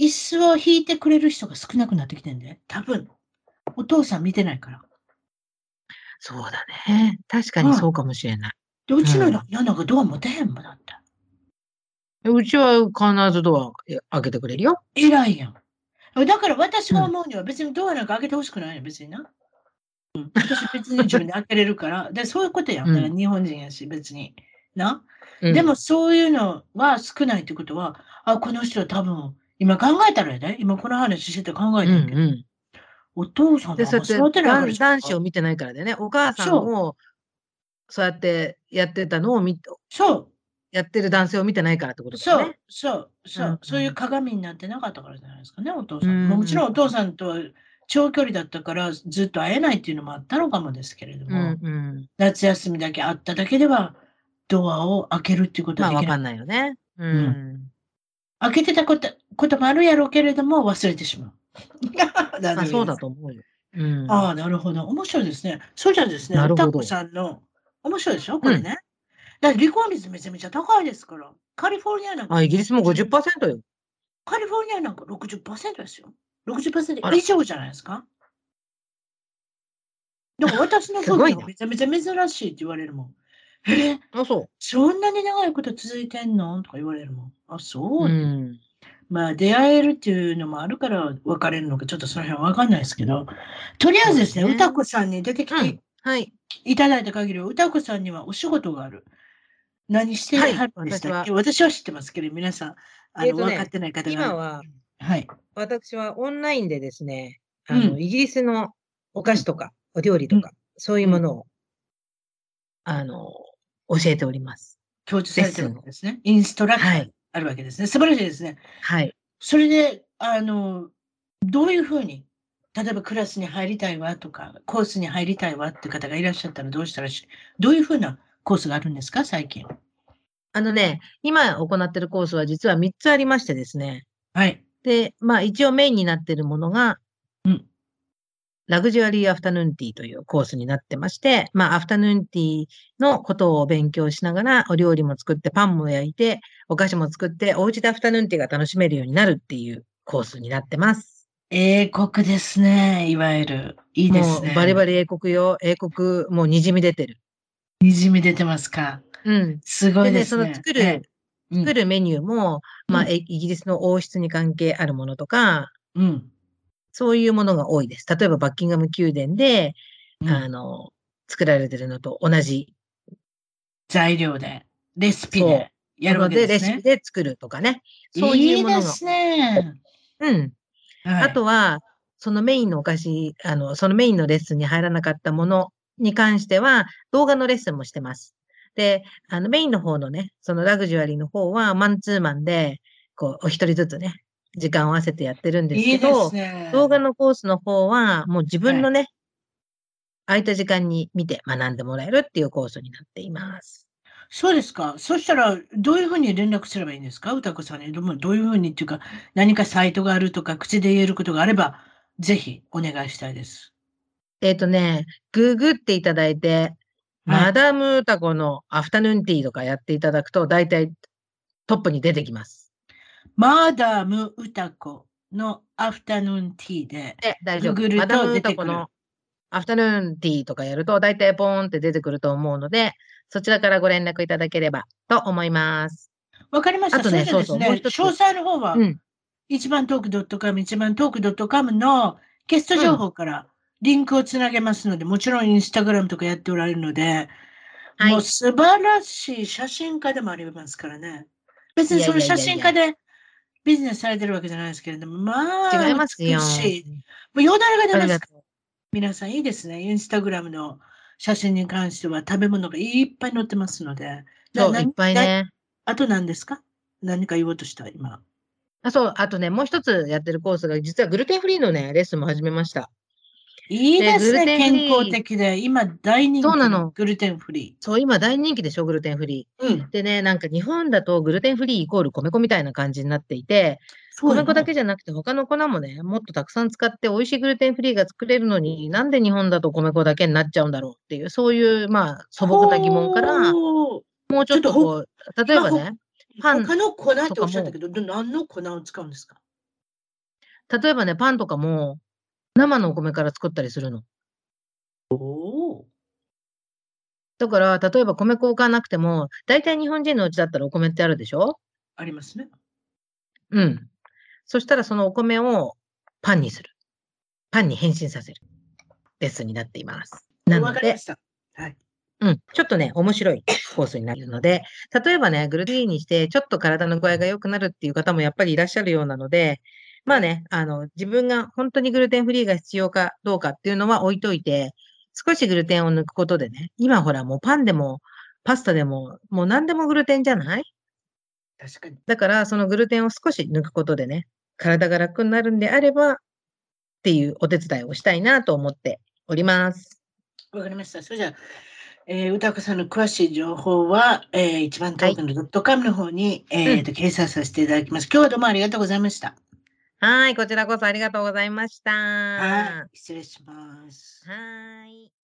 A: 椅子を引いてくれる人が少なくなってきてんで、多分、お父さん見てないから。
B: そうだね。確かにそうかもしれない。
A: で、うちの
B: うん
A: 家なんかドア持てへんもんだって。
B: うちは必ずドア開けてくれるよ。
A: 偉いやん。だから私が思うには別にドアなんか開けてほしくないよ、別にな。うん、私別に自分で開けれるから。 で、そういうことやん。だから
B: う
A: 日本人やし、別に。な。
B: うん
A: でもそういうのは少ないってことは、あ、この人は多分、今考えたらやで、今この話してて考え
B: うん
A: たけど、
B: うん。
A: お父さん
B: で、
A: が
B: そうや
A: 育
B: って
A: てないわけ
B: 男
A: じゃん
B: 男子を見てないからだよね。お母さんをそうやってやってたのを見
A: そう、
B: やってる男性を見てないからってことだ
A: そ
B: よ
A: う
B: ね。、
A: そう、そう、
B: うんうん
A: そういう鏡になってなかったからじゃないですかね、お父さん。
B: うんうん
A: まあもちろんお父さんとは長距離だったからずっと会えないっていうのもあったのかもですけれど
B: う
A: も、
B: んうん。
A: 夏休みだけ会っただけではドアを開けるっていうこと
B: ま
A: は
B: あ、
A: で
B: わ
A: きな
B: か
A: い。
B: んないよね。うん
A: う開けてたことこともあるやろうけれども忘れてしまう。
B: まあ、そうだと思うよ。うん。
A: ああ、なるほど。面白いですね。そうじゃんですね。
B: なるほど
A: 歌子さんの。面白いでしょこれね。だって離婚率めちゃめちゃ高いですから。カリフォルニアなんか
B: あ、イギリスも50%よ。
A: カリフォルニアなんか60%ですよ。
B: あ
A: 60%
B: ら
A: 以上じゃないですか。でも私の
B: すごい
A: 父
B: な
A: がめちゃめちゃ珍しいって言われるもん。え、
B: あ、そ。
A: そんなに長いこと続いてんのとか言われるもん。あ、そうう。
B: うん。
A: まあ出会えるっていうのもあるから別れるのか、ちょっとその辺は分かんないですけど、とりあえずですね、
B: そうですね
A: 歌子さんに出てき
B: う
A: て
B: んはい。
A: いただいた限りは、歌子さんにはお仕事がある。何して
B: はい
A: はるんでしたっけ、
B: 私
A: 私は知ってますけど、皆さん、あの、
B: えーとね
A: 分かってない方が。
B: 今は、
A: はい。
B: 私はオンラインでですね、あ
A: う
B: の、
A: ん
B: イギリスのお菓子とか、お料理とか、そういうものを、あの、教えております。
A: 教授されてるわけですね。インストラクタ
B: は
A: ー
B: い。
A: あるわけですね。素晴らしいですね。
B: はい。
A: それで、あの、どういうふうに、例えばクラスに入りたいわとか、コースに入りたいわって方がいらっしゃったらどうしたらし、どういうふうなコースがあるんですか、最近。
B: あのね、今行ってるコースは実は3つありましてですね。
A: はい。
B: で、まあ一応メインになってるものが、
A: うん
B: ラグジュアリーアフタヌーンティーというコースになってまして、まあアフタヌーンティーのことを勉強しながら、お料理も作って、パンも焼いて、お菓子も作って、お家でアフタヌーンティーが楽しめるようになるっていうコースになってます。
A: 英国ですね、いわゆる。いいです
B: も
A: ね。
B: うバリバ
A: リ。
B: リ英国よ、英国、もう滲み出てる。
A: にじみ出てますか。
B: うん。
A: すごい
B: でね
A: ですね。
B: その作る
A: はいうん
B: 作るメニューも、まあ
A: うん
B: えイギリスの王室に関係あるものとか、
A: うん。
B: そういうものが多いです。例えばバッキンガム宮殿で、
A: うん
B: あの、作られてるのと同じ
A: 材料で、レシピ
B: そう
A: でやるわ
B: の
A: け
B: で
A: で
B: レ
A: す
B: シピ
A: ね。
B: で作るとかね。そう
A: い
B: いう
A: い
B: ものが。
A: ですね。
B: うん。
A: はい
B: あとは、そのメインのお菓子、あの、そのメインのレッスンに入らなかったものに関しては、動画のレッスンもしてます。で、あの、メインの方のね、そのラグジュアリーの方は、マンツーマンで、こう、お一人ずつね、時間を合わせてやってるんです
A: い
B: け
A: い
B: ど、
A: ですね。
B: 動画のコースの方は、もう自分のね、空いた時間に見て学んでもらえるっていうコースになっています。
A: そうですか。そしたら、どういうふうに連絡すればいいんですか歌子さんに。どうどういうふうにっていうか、何かサイトがあるとか、口で言えることがあれば、ぜひお願いしたいです。
B: えっ、とね、ググっていただいて、マダム歌子のアフタヌーンティーとかやっていただくと、大体トップに出てきます。
A: マダム歌子のアフタヌーンティーで。
B: で、大丈
A: ググ
B: 夫。
A: ると
B: マダム
A: 出て
B: 歌
A: く
B: 子
A: る
B: のアフタヌーンティーとかやると、大体ポーンって出てくると思うので、そちらからご連絡いただければと思います。
A: わかりました。
B: あと
A: それで
B: ね
A: です
B: そうそうもう一
A: ね
B: つ
A: 詳細の方は、
B: うん。
A: 一番トーク .com、一番トーク .com のゲスト情報からリンクをつなげますので、もちろんインスタグラムとかやっておられるので、
B: はい
A: もう素晴らしい写真家でもありますからね。別にその
B: いやいや
A: 写
B: いやいや
A: 真家でビジネスされてるわけじゃないですけれども、まあ、
B: 違いますよ
A: 美。しい。もうよだれが出
B: あ
A: ま
B: り
A: す
B: が
A: か
B: と
A: ら。皆さんいいですね。インスタグラムの写真に関しては食べ物がいっぱい載ってますので。
B: う。
A: な
B: そう、
A: ない
B: っぱい
A: な
B: ね。
A: あと何ですか何か言おうとした今。
B: あそう、あとね、もう一つやってるコースが、実はグルテンフリーのね、レッスンも始めました。
A: いいですね。
B: でグルテンフリ
A: 健
B: ー
A: 康的で。今大人気
B: そうなの
A: グルテンフリ
B: そう、今大人気でしょ、グルテンフリ
A: ー。うん
B: ー。。でね、なんか日本だとグルテンフリーイコール米粉みたいな感じになっていて、
A: そう
B: 米
A: なの
B: 粉だけじゃなくて他の粉もね、もっとたくさん使って美味しいグルテンフリーが作れるのに、なんで日本だと米粉だけになっちゃうんだろうっていう、そういう、まあ、素朴な疑問から、も
A: ほう
B: うちょっとこう、例えば
A: 今
B: ね、パン
A: 他の粉っておっしゃったけど、ど何の粉を使うんですか
B: 例えばね、パンとかも、生のお米から作ったりするの。
A: お
B: だから、例えば米粉を買わなくても、大体日本人のうちだったらお米ってあるでしょ
A: ありますね。
B: うん。そしたらそのお米をパンにする。パンに変身させる。レッスンになっています。な
A: わ
B: の
A: かり
B: で
A: ま、した。
B: うん、ちょっとね、面白いコースになるので、例えばね、グルティーンにして、ちょっと体の具合が良くなるっていう方もやっぱりいらっしゃるようなので、まあね、あの、自分が本当にグルテンフリーが必要かどうかっていうのは置いといて、少しグルテンを抜くことでね、今ほらもうパンでも、パスタでも、もう何でもグルテンじゃない
A: 確かに。
B: だから、そのグルテンを少し抜くことでね、体が楽になるんであれば、っていうお手伝いをしたいなと思っております。
A: わかりました。それじゃあ、えー、歌子さんの詳しい情報は、えー、一番トークのドットカムの方に、えーと、掲載させていただきます。今日はどうもありがとうございました。
B: はい、こちらこそありがとうございました。
A: はい。失礼します。
B: はーい。